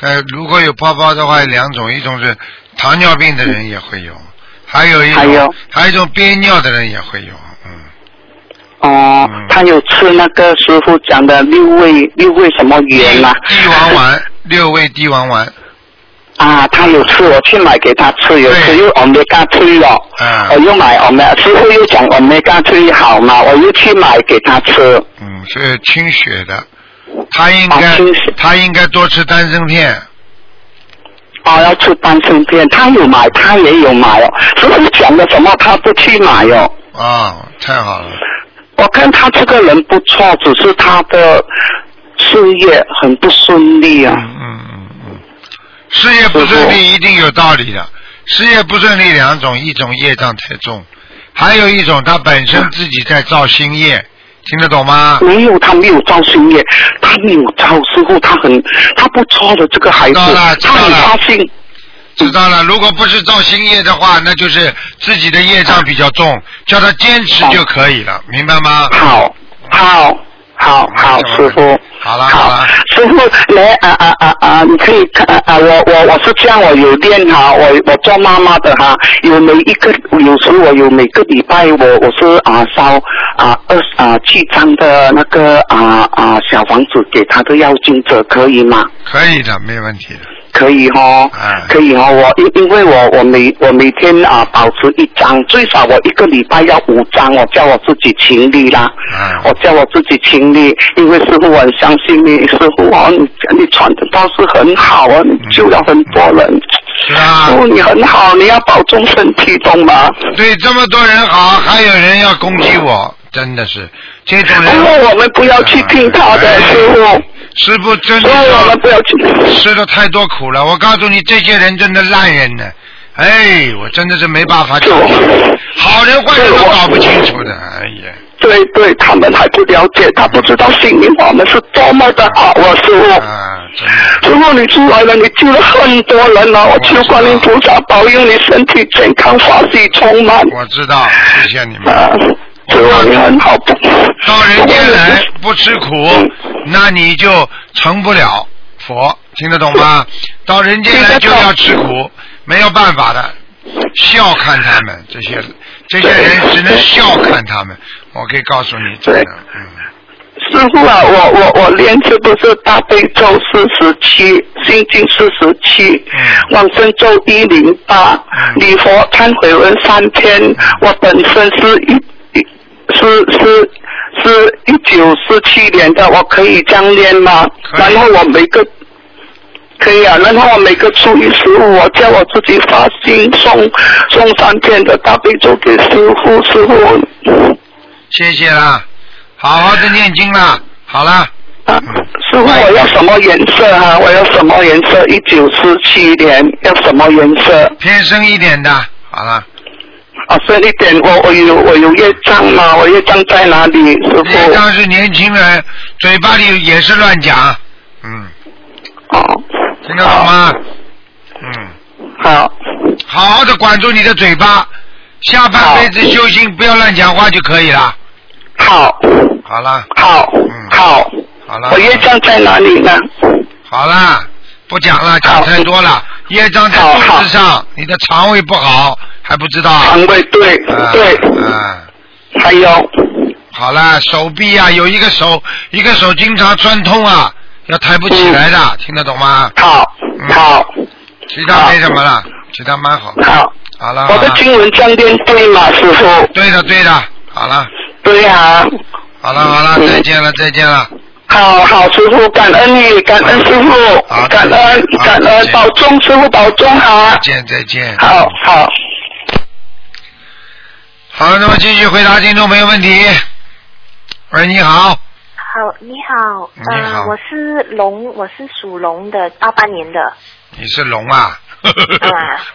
[SPEAKER 1] 呃，如果有泡泡的话，两种，一种是糖尿病的人也会有，还有一
[SPEAKER 5] 还
[SPEAKER 1] 种
[SPEAKER 5] 有，
[SPEAKER 1] 还有一种憋尿的人也会有，嗯，
[SPEAKER 5] 哦、
[SPEAKER 1] 嗯
[SPEAKER 5] 他有吃那个师傅讲的六味六味什么圆啊？
[SPEAKER 1] 帝王丸，六味地黄丸，
[SPEAKER 5] 啊，他有吃，我去买给他吃，有
[SPEAKER 1] 对
[SPEAKER 5] 吃又 omega 3了，
[SPEAKER 1] 啊
[SPEAKER 5] 我又买 omega，师傅又讲 omega 3好嘛，我又去买给他吃。
[SPEAKER 1] 嗯，是清血的。他应
[SPEAKER 5] 啊
[SPEAKER 1] 该
[SPEAKER 5] 清血，
[SPEAKER 1] 他应该多吃丹参片。
[SPEAKER 5] 哦，要吃丹参片，他有买，他也有买哦。师傅讲的什么他不去买哦。
[SPEAKER 1] 啊，太好了，
[SPEAKER 5] 我看他这个人不错，只是他的事业很不顺利啊。
[SPEAKER 1] 嗯嗯嗯嗯，事业不顺利一定有道理的。事业不顺利两种，一种业障太重，还有一种他本身自己在造新业，听得懂吗？
[SPEAKER 5] 没有，他没有造新业，他没有造师傅，他很他不错的这个孩子
[SPEAKER 1] 知道了，知道
[SPEAKER 5] 他很
[SPEAKER 1] 了
[SPEAKER 5] 发心。
[SPEAKER 1] 知道了，如果不是造新业的话，那就是自己的业障比较重，叫他坚持就可以了，明白吗？
[SPEAKER 5] 好，好，好，好好，师傅。
[SPEAKER 1] 好了好
[SPEAKER 5] 好
[SPEAKER 1] 了，，
[SPEAKER 5] 师傅，来啊啊啊啊！你可以看啊啊，我我我是这样，我有练哈，我我做妈妈的哈，有每一个有时我有每个礼拜我我是啊烧啊二啊七张的那个啊啊小房子给他的要经者可以吗？
[SPEAKER 1] 可以的，没问题的。
[SPEAKER 5] 可以哈
[SPEAKER 1] 哎，
[SPEAKER 5] 可以哈。我因因为我我每我每天啊保持一张，最少我一个礼拜要五张，我叫我自己勤力啦。
[SPEAKER 1] 嗯
[SPEAKER 5] 我叫我自己勤力，因为师傅我很相信你，师傅哦，你你传的倒是很好啊，你救了很多人。
[SPEAKER 1] 是啊
[SPEAKER 5] 师，傅你很好，你要保重身体，懂吗？
[SPEAKER 1] 对这么多人好，还有人要攻击我，真的是这种
[SPEAKER 5] 不
[SPEAKER 1] 人。
[SPEAKER 5] 哎过我们不要去听他的，
[SPEAKER 1] 哎
[SPEAKER 5] 师傅，
[SPEAKER 1] 师傅真的
[SPEAKER 5] 所以我们不要去。
[SPEAKER 1] 吃的太多苦了。我告诉你，这些人真的烂人呢。哎，我真的是没办法
[SPEAKER 5] 就
[SPEAKER 1] 讲，好人坏人都搞不清楚的。哎呀，
[SPEAKER 5] 对对，他们还不了解，他不知道心里我们是多么的好啊，师傅。
[SPEAKER 1] 啊，真的，
[SPEAKER 5] 师傅，你出来了，你救了很多人
[SPEAKER 1] 啊
[SPEAKER 5] 了，我求观音菩萨保佑你身体健康，法喜充满。
[SPEAKER 1] 我知道，谢谢你们。
[SPEAKER 5] 啊，师傅你很好，嗯不
[SPEAKER 1] 到人间来不吃苦，那你就成不了佛，听得懂吗？到人间来就要吃苦，没有办法的，笑看他们这些这些人，只能笑看他们。我可以告诉你，真的，嗯，
[SPEAKER 5] 师傅啊，我我我练是不是大悲咒四十七，心经四十七，
[SPEAKER 1] 嗯
[SPEAKER 5] 往生咒一零八
[SPEAKER 1] 嗯，
[SPEAKER 5] 礼佛忏悔文三篇，我本身是一一是是是一九四七年的，我可以这样练吗？
[SPEAKER 1] 可以
[SPEAKER 5] 然后我每个可以啊，然后我每个初一十五，我叫我自己发心送送三篇的大悲咒给师傅，师傅。
[SPEAKER 1] 谢谢啦，好好的念经啦，好啦，
[SPEAKER 5] 啊，师傅，我要什么颜色啊？我要什么颜色？一九四七年要什么颜色？
[SPEAKER 1] 偏深一点的，好啦，
[SPEAKER 5] 啊，深一点，我我有我有业障吗？我业障在哪里，师
[SPEAKER 1] 你
[SPEAKER 5] 傅？
[SPEAKER 1] 当时年轻人嘴巴里也是乱讲，嗯，
[SPEAKER 5] 哦，
[SPEAKER 1] 听得懂吗？嗯。
[SPEAKER 5] 好，
[SPEAKER 1] 好好的管住你的嘴巴，下半辈子修行不要乱讲话就可以了。
[SPEAKER 5] 好，
[SPEAKER 1] 好了，
[SPEAKER 5] 好
[SPEAKER 1] 嗯，
[SPEAKER 5] 好，
[SPEAKER 1] 好了
[SPEAKER 5] 我，业障在哪里呢？
[SPEAKER 1] 好了，不讲了，讲太多了。业障在肚子上，你的肠胃不好，还不知道。
[SPEAKER 5] 肠胃对
[SPEAKER 1] 啊
[SPEAKER 5] 对，
[SPEAKER 1] 啊，
[SPEAKER 5] 还有
[SPEAKER 1] 好了，手臂啊，有一个手，一个手经常酸痛啊，要抬不起来
[SPEAKER 5] 嗯
[SPEAKER 1] 的，听得懂吗？
[SPEAKER 5] 好
[SPEAKER 1] 嗯
[SPEAKER 5] 好
[SPEAKER 1] 其他没什么了，其他蛮好。
[SPEAKER 5] 好，
[SPEAKER 1] 好了，好
[SPEAKER 5] 我的
[SPEAKER 1] 了，
[SPEAKER 5] 经文这样念对吗，师傅？
[SPEAKER 1] 对的，对的，好了，
[SPEAKER 5] 对啊，
[SPEAKER 1] 好了，好了，再见了，再见了。
[SPEAKER 5] 好好，师傅，感恩你，感恩师
[SPEAKER 1] 好
[SPEAKER 5] 傅，感恩
[SPEAKER 1] 好
[SPEAKER 5] 感
[SPEAKER 1] 再
[SPEAKER 5] 恩，
[SPEAKER 1] 见
[SPEAKER 5] 保重，师傅保重
[SPEAKER 1] 再
[SPEAKER 5] 啊！
[SPEAKER 1] 见，再见。
[SPEAKER 5] 好好，
[SPEAKER 1] 好，那么继续回答听众朋友问题。喂，你好，
[SPEAKER 6] 好，你好，
[SPEAKER 1] 嗯你好
[SPEAKER 6] 呃，我是龙，我是属龙的，八八年的，
[SPEAKER 1] 你是龙啊
[SPEAKER 6] 啊？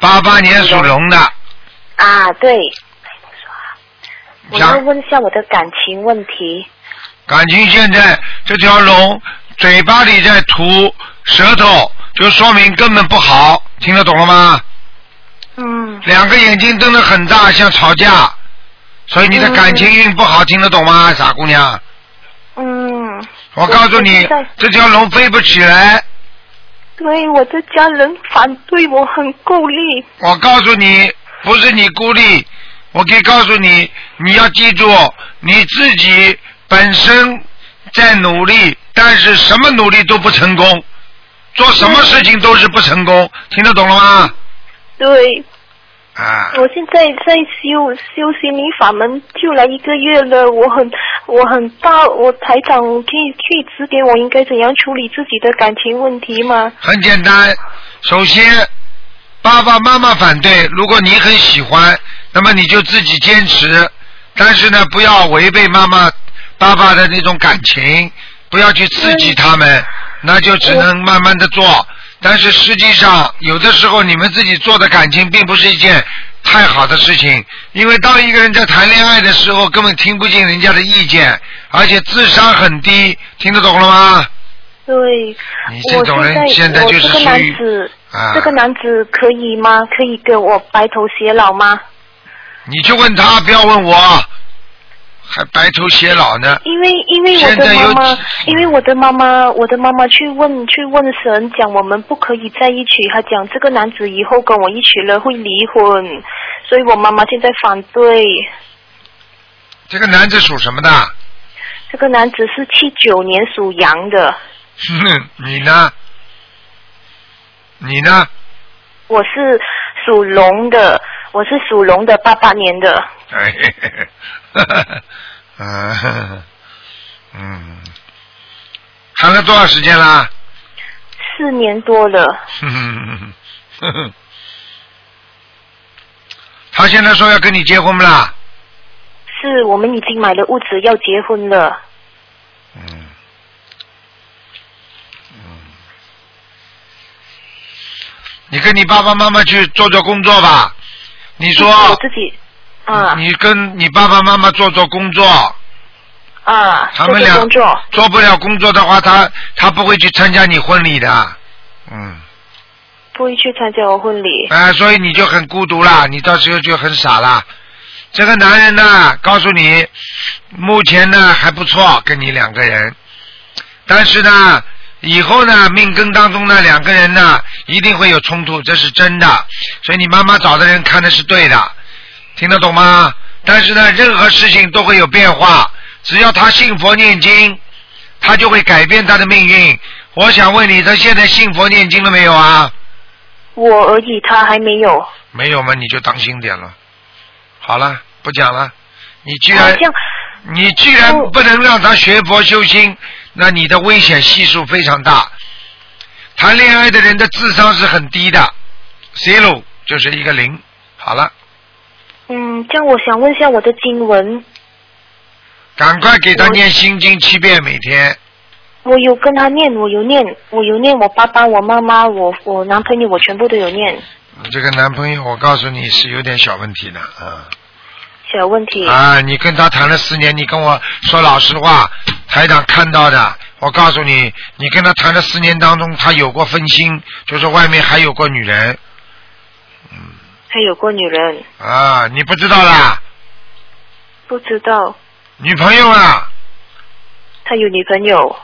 [SPEAKER 1] 八八年属龙的，
[SPEAKER 6] 啊，对，我要
[SPEAKER 1] 想
[SPEAKER 6] 问一下我的感情问题，
[SPEAKER 1] 感情现在这条龙嘴巴里在吐舌头，就说明根本不好，听得懂了吗？
[SPEAKER 6] 嗯，
[SPEAKER 1] 两个眼睛瞪得很大，像吵架，所以你的感情运不好，听得懂吗，傻姑娘？
[SPEAKER 6] 嗯，
[SPEAKER 1] 我告诉你
[SPEAKER 6] 我知道，
[SPEAKER 1] 这条龙飞不起来，
[SPEAKER 6] 对，我的家人反对我很孤立，
[SPEAKER 1] 我告诉你，不是你孤立，我可以告诉你，你要记住，你自己本身在努力，但是什么努力都不成功，做什么事情都是不成功，听得懂了吗？
[SPEAKER 6] 对
[SPEAKER 1] 啊，
[SPEAKER 6] 我现在在修修心灵法门，就来一个月了，我很我很大，我台长可以可以指点我应该怎样处理自己的感情问题吗？
[SPEAKER 1] 很简单，首先爸爸妈妈反对，如果你很喜欢，那么你就自己坚持，但是呢，不要违背妈妈、爸爸的那种感情，不要去刺激他们，那就只能慢慢的做。但是实际上，有的时候你们自己做的感情并不是一件太好的事情，因为当一个人在谈恋爱的时候，根本听不进人家的意见，而且智商很低，听得懂了吗？
[SPEAKER 6] 对，
[SPEAKER 1] 你这种人
[SPEAKER 6] 我
[SPEAKER 1] 现
[SPEAKER 6] 现
[SPEAKER 1] 在
[SPEAKER 6] 在
[SPEAKER 1] 就是
[SPEAKER 6] 我这个
[SPEAKER 1] 属
[SPEAKER 6] 男
[SPEAKER 1] 于
[SPEAKER 6] 子，
[SPEAKER 1] 啊
[SPEAKER 6] 这个男子可以吗？可以跟我白头偕老吗？
[SPEAKER 1] 你去问他，不要问我，还白头偕老呢。
[SPEAKER 7] 因为因为我
[SPEAKER 1] 现在
[SPEAKER 7] 的
[SPEAKER 1] 有
[SPEAKER 7] 妈妈
[SPEAKER 1] 几，
[SPEAKER 7] 因为我的妈妈，我的妈妈去问去问神，讲我们不可以在一起。她讲这个男子以后跟我一起了会离婚，所以我妈妈现在反对。
[SPEAKER 1] 这个男子属什么的？
[SPEAKER 7] 这个男子是七九年属羊的，
[SPEAKER 1] 哼你呢？你呢？
[SPEAKER 7] 我是属龙的，我是属龙的八八年的。
[SPEAKER 1] 哎，呵呵呵嗯呵呵嗯，谈了多少时间啦？
[SPEAKER 7] 四年多了，
[SPEAKER 1] 哼哼哼哼他现在说要跟你结婚不啦？
[SPEAKER 7] 是我们已经买了屋子，要结婚了。
[SPEAKER 1] 嗯，嗯，你跟你爸爸妈妈去做做工作吧。你说，
[SPEAKER 7] 我自己啊
[SPEAKER 1] 你跟你爸爸妈妈做做工作，
[SPEAKER 7] 啊，
[SPEAKER 1] 他
[SPEAKER 7] 做
[SPEAKER 1] 们俩
[SPEAKER 7] 工作
[SPEAKER 1] 做不了工作的话，他他不会去参加你婚礼的。嗯，
[SPEAKER 7] 不会去参加我婚礼。
[SPEAKER 1] 哎、所以你就很孤独啦，你到时候就很傻啦。这个男人呢，告诉你，目前呢还不错，跟你两个人，但是呢，以后呢命根当中呢两个人呢一定会有冲突，这是真的。所以你妈妈找的人看的是对的，听得懂吗？但是呢，任何事情都会有变化，只要他信佛念经，他就会改变他的命运。我想问你，他现在信佛念经了没有啊？
[SPEAKER 7] 我而已，他还没有。
[SPEAKER 1] 没有嘛，你就当心点了。好了，不讲了。你既
[SPEAKER 7] 好
[SPEAKER 1] 然
[SPEAKER 7] 像
[SPEAKER 1] 你既然
[SPEAKER 7] 哦
[SPEAKER 1] 不能让他学佛修心，那你的危险系数非常大。谈恋爱的人的智商是很低的，zero 就是一个零。好了，
[SPEAKER 7] 嗯，这样我想问一下我的经文，
[SPEAKER 1] 赶快给他
[SPEAKER 7] 我
[SPEAKER 1] 念心经七遍每天。
[SPEAKER 7] 我有跟他念，我有念，我有念我爸爸、我妈妈、我我男朋友，我全部都有念。
[SPEAKER 1] 你啊这个男朋友，我告诉你是有点小问题的啊。
[SPEAKER 7] 小问题，
[SPEAKER 1] 啊，你跟他谈了四年，你跟我说老实话，台长看到的，我告诉你，你跟他谈了四年当中，他有过分心，就是外面还有过女人
[SPEAKER 7] 还有过女人，
[SPEAKER 1] 啊，你不知道啦，
[SPEAKER 7] 不知道
[SPEAKER 1] 女朋友啊啦，
[SPEAKER 7] 他有女朋友，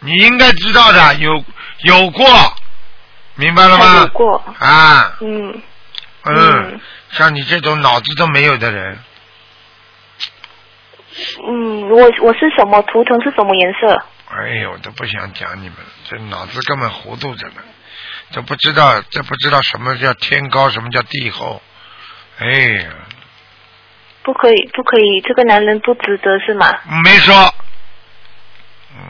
[SPEAKER 1] 你应该知道的，有有过，明白了
[SPEAKER 7] 他有
[SPEAKER 1] 吗？
[SPEAKER 7] 过，
[SPEAKER 1] 啊，
[SPEAKER 7] 嗯
[SPEAKER 1] 嗯，像你这种脑子都没有的人，
[SPEAKER 7] 嗯，我我是什么图腾是什么颜色？
[SPEAKER 1] 哎呦，我都不想讲你们了，这脑子根本糊涂着呢，这不知道这不知道什么叫天高，什么叫地厚，哎呀。
[SPEAKER 7] 不可以，不可以，这个男人不值得是吗？
[SPEAKER 1] 没说，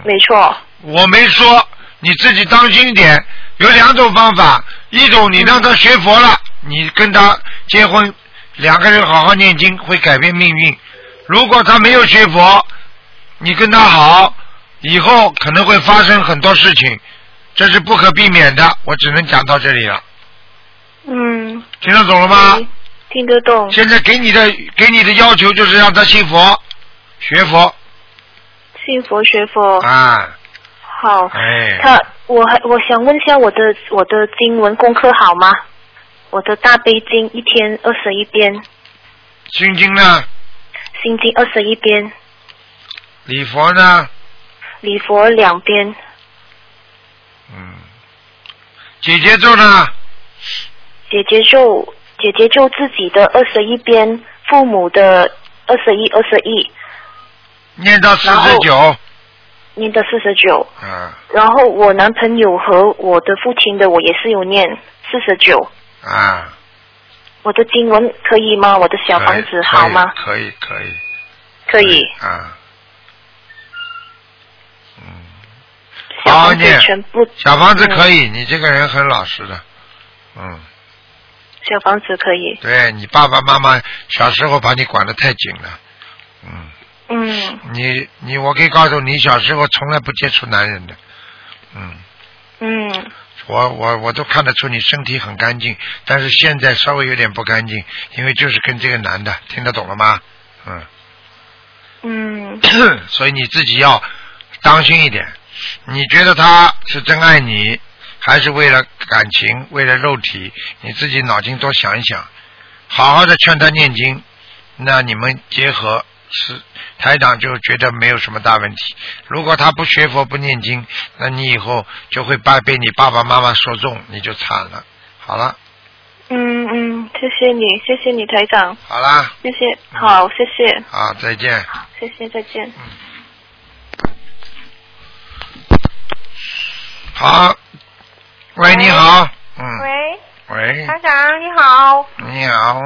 [SPEAKER 7] 没错，
[SPEAKER 1] 我没说，你自己当心一点。有两种方法，一种你让他学佛了，你跟他结婚，两个人好好念经，会改变命运。如果他没有学佛，你跟他好，以后可能会发生很多事情，这是不可避免的。我只能讲到这里了，
[SPEAKER 7] 嗯，
[SPEAKER 1] 听得懂了吗？
[SPEAKER 7] 嗯听得懂，
[SPEAKER 1] 现在给你的给你的要求就是让他信佛，学佛
[SPEAKER 7] 信佛学佛，
[SPEAKER 1] 啊，
[SPEAKER 7] 哦好。
[SPEAKER 1] 哎。
[SPEAKER 7] 他，我还我想问一下我的我的经文功课好吗？我的大悲经一天二十一遍，
[SPEAKER 1] 心经呢？
[SPEAKER 7] 心经二十一遍，
[SPEAKER 1] 礼佛呢？
[SPEAKER 7] 礼佛两遍，
[SPEAKER 1] 嗯，姐姐咒呢？
[SPEAKER 7] 姐姐咒姐姐咒自己的二十一遍，父母的二十一二十一，
[SPEAKER 1] 念到四
[SPEAKER 7] 然
[SPEAKER 1] 十
[SPEAKER 7] 后
[SPEAKER 1] 九，
[SPEAKER 7] 念到四十九。
[SPEAKER 1] 啊
[SPEAKER 7] 然后我男朋友和我的父亲的我也是有念四十九。
[SPEAKER 1] 啊，
[SPEAKER 7] 我的经文可以吗？我的小房子好吗？
[SPEAKER 1] 可以可以
[SPEAKER 7] 可以，
[SPEAKER 1] 啊，嗯，
[SPEAKER 7] 小
[SPEAKER 1] 好好
[SPEAKER 7] 房子
[SPEAKER 1] 念
[SPEAKER 7] 全部嗯
[SPEAKER 1] 小房子可以，你这个人很老实的，嗯，
[SPEAKER 7] 小房子可以。
[SPEAKER 1] 对你爸爸妈妈小时候把你管得太紧了，嗯，
[SPEAKER 7] 嗯
[SPEAKER 1] 你你我可以告诉你，小时候从来不接触男人的，嗯。
[SPEAKER 7] 嗯。
[SPEAKER 1] 我我我都看得出你身体很干净，但是现在稍微有点不干净，因为就是跟这个男的，听得懂了吗？嗯，
[SPEAKER 7] 嗯
[SPEAKER 1] 所以你自己要当心一点。你觉得他是真爱你，还是为了感情、为了肉体？你自己脑筋多想一想，好好的劝他念经，那你们结合是台长就觉得没有什么大问题。如果他不学佛不念经，那你以后就会把被你爸爸妈妈说中，你就惨了。好了，
[SPEAKER 6] 嗯嗯，谢谢你，谢谢你台长，
[SPEAKER 1] 好啦，
[SPEAKER 6] 谢谢，好，谢谢，
[SPEAKER 1] 啊，再见。嗯
[SPEAKER 6] 谢谢，再见。
[SPEAKER 1] 好，喂，你好，嗯，
[SPEAKER 8] 喂，
[SPEAKER 1] 喂，
[SPEAKER 8] 台长你好，
[SPEAKER 1] 你好，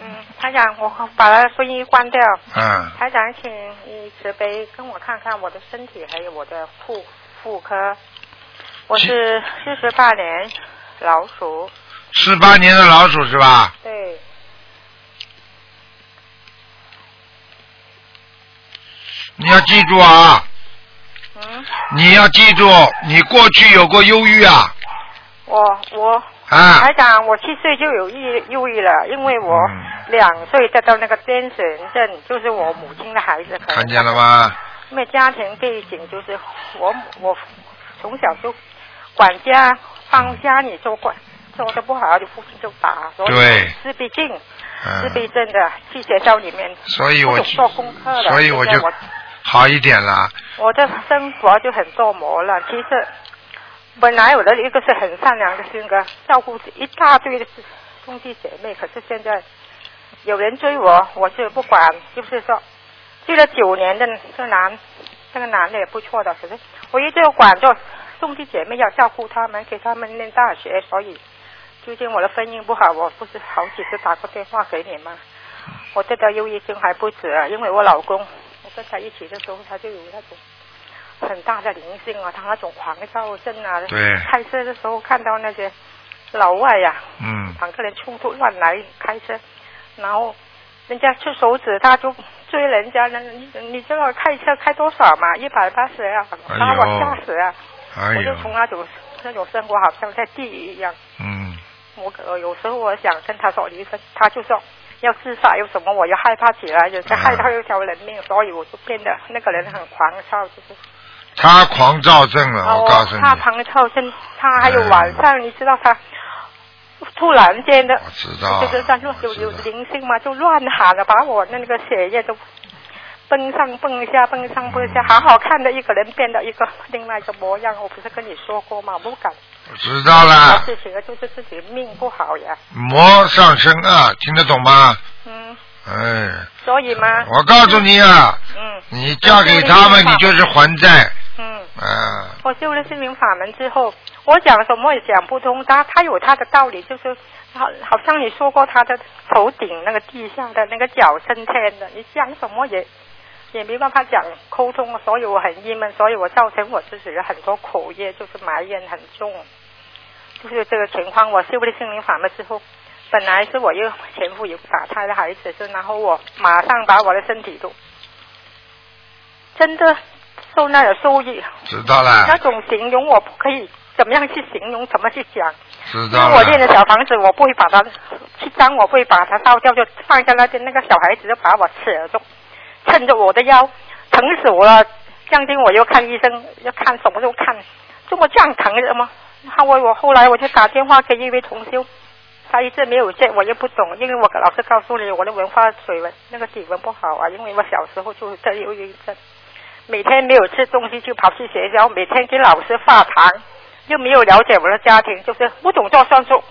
[SPEAKER 8] 嗯，台长，我把收音关掉。
[SPEAKER 1] 嗯，
[SPEAKER 8] 台长，请你慈悲跟我看看我的身体，还有我的妇妇科。我是四十八年老鼠，
[SPEAKER 1] 四八年的老鼠是吧？
[SPEAKER 8] 对，
[SPEAKER 1] 你要记住啊，
[SPEAKER 8] 嗯，
[SPEAKER 1] 你要记住，你过去有过忧郁啊，
[SPEAKER 8] 我我
[SPEAKER 1] 啊
[SPEAKER 8] 台，长，我七岁就有抑忧郁了，因为我
[SPEAKER 1] 嗯
[SPEAKER 8] 两岁得到那个癫痫症，就是我母亲的孩子。
[SPEAKER 1] 看见了？吗？
[SPEAKER 8] 因为家庭背景就是我我从小就管家帮家里做管做的不好，就父亲就打，所以
[SPEAKER 1] 对
[SPEAKER 8] 自闭症、自闭
[SPEAKER 1] 嗯，
[SPEAKER 8] 症的去学校里面
[SPEAKER 1] 所以我
[SPEAKER 8] 不懂做功课了，
[SPEAKER 1] 所以我
[SPEAKER 8] 现在
[SPEAKER 1] 就好一点了。
[SPEAKER 8] 我我的生活就很折磨了。其实本来我的一个是很善良的性格，照顾一大堆的兄弟姐妹，可是现在有人追我，我是不管，就是说追了九年的这个男，这个男的也不错的，可是我一直要管着兄弟姐妹要照顾他们，给他们念大学，所以最近我的婚姻不好，我不是好几次打过电话给你吗？我得到忧郁症还不止啊，因为我老公，我跟他一起的时候，他就有那种很大的灵性啊，他那种狂躁症啊。
[SPEAKER 1] 对
[SPEAKER 8] 开车的时候看到那些老外呀、
[SPEAKER 1] 嗯，
[SPEAKER 8] 两个人冲突乱来开车，然后人家出手指，他就追人家，那你你知道开车开多少吗？一百八十啊，
[SPEAKER 1] 哎呦
[SPEAKER 8] 把我吓死啊！
[SPEAKER 1] 哎
[SPEAKER 8] 我就从
[SPEAKER 1] 呦，
[SPEAKER 8] 那种那种生活好像在地狱一样。
[SPEAKER 1] 嗯，
[SPEAKER 8] 我呃有时候我想跟他说离婚，他就说要自杀，有什么我又害怕起来，
[SPEAKER 1] 嗯
[SPEAKER 8] 人家害到一条人命，所以我就变得那个人很狂躁，就是。
[SPEAKER 1] 他狂躁症了，哦我告诉你，
[SPEAKER 8] 他旁超生，他还有晚上，你知道他突然间的
[SPEAKER 1] 我知道
[SPEAKER 8] 就是在乱有有
[SPEAKER 1] 我知道
[SPEAKER 8] 灵性嘛，就乱喊了，把我那个血液都蹦上蹦下，蹦上蹦下，好好看的一个人变得一个另外一个模样。我不是跟你说过吗？我不敢
[SPEAKER 1] 我知道
[SPEAKER 8] 做
[SPEAKER 1] 了，
[SPEAKER 8] 事情，就是自己命不好呀。
[SPEAKER 1] 魔上身啊，听得懂吗？
[SPEAKER 8] 嗯，
[SPEAKER 1] 哎，
[SPEAKER 8] 所以嘛，
[SPEAKER 1] 我告诉你啊，
[SPEAKER 8] 嗯
[SPEAKER 1] 你嫁给他们，你就是还债
[SPEAKER 8] 嗯。
[SPEAKER 1] 啊。
[SPEAKER 8] 我修了心灵法门之后，我讲什么也讲不通，他他有他的道理，就是好好像你说过他的头顶那个地下的那个脚升天的，你讲什么也也没办法讲沟通，所以我很郁闷，所以我造成我自己的很多口业，就是埋怨很重，就是这个情况。我修了心灵法门之后。本来是我又前夫有打胎的孩子，是然后我马上把我的身体都真的受那个受益，
[SPEAKER 1] 知道了
[SPEAKER 8] 那，种形容我不可以怎么样去形容，怎么去讲？
[SPEAKER 1] 知
[SPEAKER 8] 因
[SPEAKER 1] 道
[SPEAKER 8] 为我练
[SPEAKER 1] 了，
[SPEAKER 8] 的小房子，我不会把它去脏，我不会把它烧掉，就放在那边。那个小孩子就把我扯住，趁着我的腰，疼死我了。将近我又看医生，要看什么都看，这么这样疼的吗？然后我我后来我就打电话给一位同修，他一直没有见，我也不懂，因为我老师告诉你我的文化水文那个底文不好啊，因为我小时候就得忧郁症，每天没有吃东西就跑去学校，每天给老师发糖，又没有了解我的家庭，就是不懂做算术，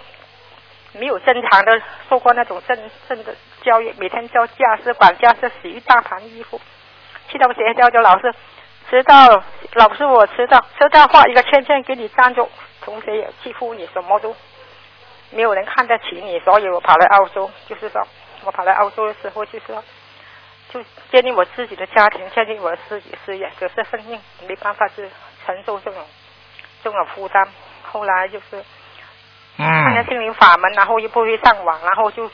[SPEAKER 8] 没有正常的受过那种正正的教育，每天教家事、管家事、洗一大盘衣服，去到学校就老师知道，老师我知道，知道画一个圈圈给你站住，同学也欺负你，什么都没有人看得起你，所以我跑来澳洲，就是说我跑来澳洲的时候，就是说就建立我自己的家庭，建立我自己的事业，可是生命没办法去承受这种这种负担。后来就是看了
[SPEAKER 1] 嗯，
[SPEAKER 8] 心灵法门，然后又不会上网，然后就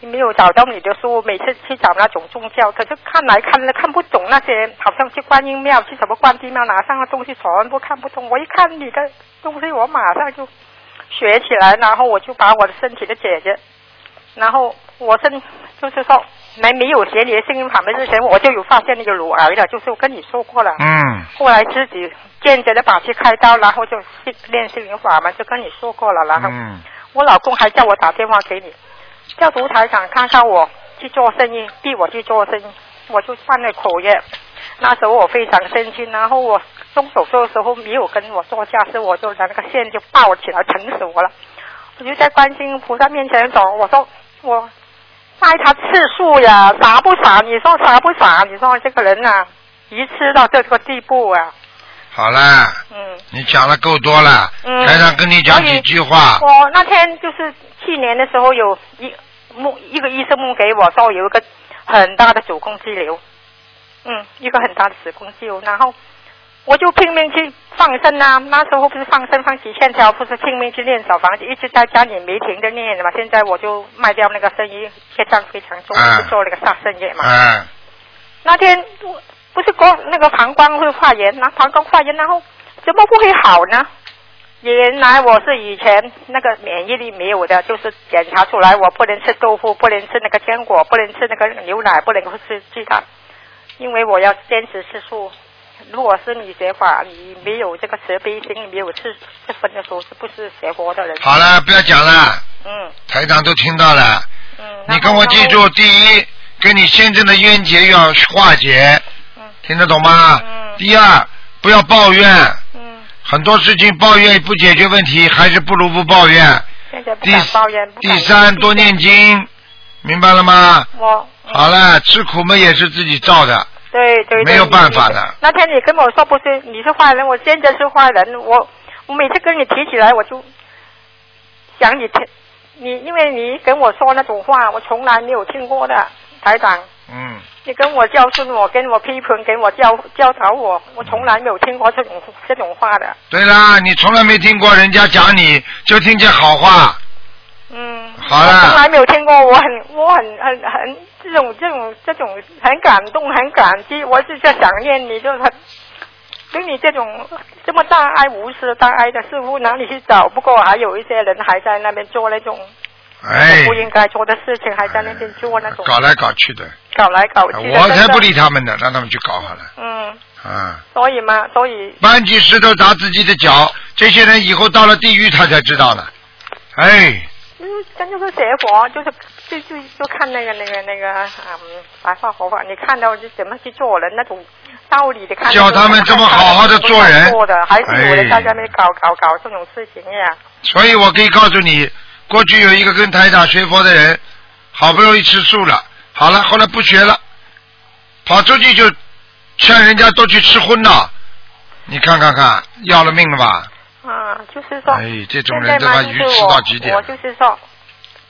[SPEAKER 8] 没有找到你的书，每次去找那种宗教，可是看来看了看不懂那些，好像去观音庙、去什么关帝庙拿上的东西，全部看不懂。我一看你的东西，我马上就学起来，然后我就把我的身体的姐姐，然后我身就是说没没有学你的心灵法门之前，我就有发现那个乳癌了，就是我跟你说过了。
[SPEAKER 1] 嗯，
[SPEAKER 8] 后来自己间接的把去开刀，然后就去练心灵法嘛，就跟你说过了。然后
[SPEAKER 1] 嗯，
[SPEAKER 8] 我老公还叫我打电话给你，叫卢台长看看我去做生意，逼我去做生意，我就犯了口业。那时候我非常生气，然后我动手术的时候没有跟我做家事，我就拿那个线就抱起来，疼死我了。我就在观世音菩萨面前走，我说我拜他次数呀，傻不傻？你说傻不傻？你说这个人啊，愚痴到这个地步啊！
[SPEAKER 1] 好啦，
[SPEAKER 8] 嗯，
[SPEAKER 1] 你讲的够多了，
[SPEAKER 8] 嗯
[SPEAKER 1] 台长跟你讲几句话，
[SPEAKER 8] 我哦那天就是去年的时候，有一梦一个医生梦给我说有一个很大的子宫肌瘤，嗯，一个很大的子宫肌瘤，然后我就拼命去放生啊，那时候不是放生放几千条，不是拼命去练小房子，一直在家里没停的练的嘛。现在我就卖掉那个生意，业障非常重，
[SPEAKER 1] 啊
[SPEAKER 8] 就做那个杀生业嘛。
[SPEAKER 1] 嗯，
[SPEAKER 8] 那天我不是光那个膀胱会发炎，那膀胱发炎，然后怎么不会好呢？原来我是以前那个免疫力没有的，就是检查出来我不能吃豆腐，不能吃那个坚果，不能吃那个牛奶，不能够吃鸡蛋，因为我要坚持吃素。如果是你学法，你没有这个慈悲心，你没有吃这份的时候，是不是学佛的人？
[SPEAKER 1] 好了，不要讲了，
[SPEAKER 8] 嗯
[SPEAKER 1] 台长都听到了。
[SPEAKER 8] 嗯。
[SPEAKER 1] 你
[SPEAKER 8] 然
[SPEAKER 1] 跟
[SPEAKER 8] 后
[SPEAKER 1] 我记
[SPEAKER 8] 然后
[SPEAKER 1] 住，第一，跟你先生的冤结要化解
[SPEAKER 8] 嗯，
[SPEAKER 1] 听得懂吗？
[SPEAKER 8] 嗯
[SPEAKER 1] 第二，不要抱怨，
[SPEAKER 8] 嗯，
[SPEAKER 1] 很多事情抱怨不解决问题，还是不如不抱怨。
[SPEAKER 8] 现在不
[SPEAKER 1] 第
[SPEAKER 8] 敢抱怨。不敢
[SPEAKER 1] 第三，多念经，明白了吗？
[SPEAKER 8] 我。嗯
[SPEAKER 1] 好了，吃苦嘛也是自己造的，
[SPEAKER 8] 对对对，
[SPEAKER 1] 没有
[SPEAKER 8] 你
[SPEAKER 1] 办法
[SPEAKER 8] 你
[SPEAKER 1] 的
[SPEAKER 8] 那天你跟我说不是你是坏人，我现在是坏人，我我每次跟你提起来，我就想你听你，因为你跟我说那种话，我从来没有听过的，台长。
[SPEAKER 1] 嗯，
[SPEAKER 8] 你跟我教训我，跟我批评，跟我教教导我，我从来没有听过这种这种话的。
[SPEAKER 1] 对啦，你从来没听过人家讲你，就听见好话，
[SPEAKER 8] 嗯，
[SPEAKER 1] 好
[SPEAKER 8] 我从
[SPEAKER 1] 了，
[SPEAKER 8] 来没有听过，我很我很很很这种这种这种很感动，很感激，我是在想念你，就是很对你这种这么大爱无私大爱的师傅哪里去找？不过还有一些人还在那边做那种
[SPEAKER 1] 哎，
[SPEAKER 8] 不应该做的事情，还在那边做那种
[SPEAKER 1] 搞来搞去的，
[SPEAKER 8] 搞来搞去的。
[SPEAKER 1] 我才
[SPEAKER 8] 真的
[SPEAKER 1] 不理。他们呢，让他们去搞好了，
[SPEAKER 8] 嗯，
[SPEAKER 1] 啊、
[SPEAKER 8] 所以嘛，所以
[SPEAKER 1] 搬起石头砸自己的脚，这些人以后到了地狱他才知道呢。哎，
[SPEAKER 8] 就是真嗯就是学佛，就是就就就看那个那个那个嗯白发佛法，你看到就怎么去做人那种道理的看到
[SPEAKER 1] 叫
[SPEAKER 8] 就
[SPEAKER 1] 他们这么好好地做人
[SPEAKER 8] 做的，还是有人
[SPEAKER 1] 哎
[SPEAKER 8] 在那边搞搞搞这种事情呀。
[SPEAKER 1] 所以我可以告诉你，过去有一个跟台长学佛的人，好不容易吃素了，好了，后来不学了，跑出去就劝人家都去吃荤了。你看看看，要了命了吧？
[SPEAKER 8] 啊，就是说，
[SPEAKER 1] 哎，这种人
[SPEAKER 8] 现在
[SPEAKER 1] 都
[SPEAKER 8] 嘛，
[SPEAKER 1] 他
[SPEAKER 8] 就
[SPEAKER 1] 愚
[SPEAKER 8] 是
[SPEAKER 1] 痴
[SPEAKER 8] 我
[SPEAKER 1] 到极点
[SPEAKER 8] 我。就是说，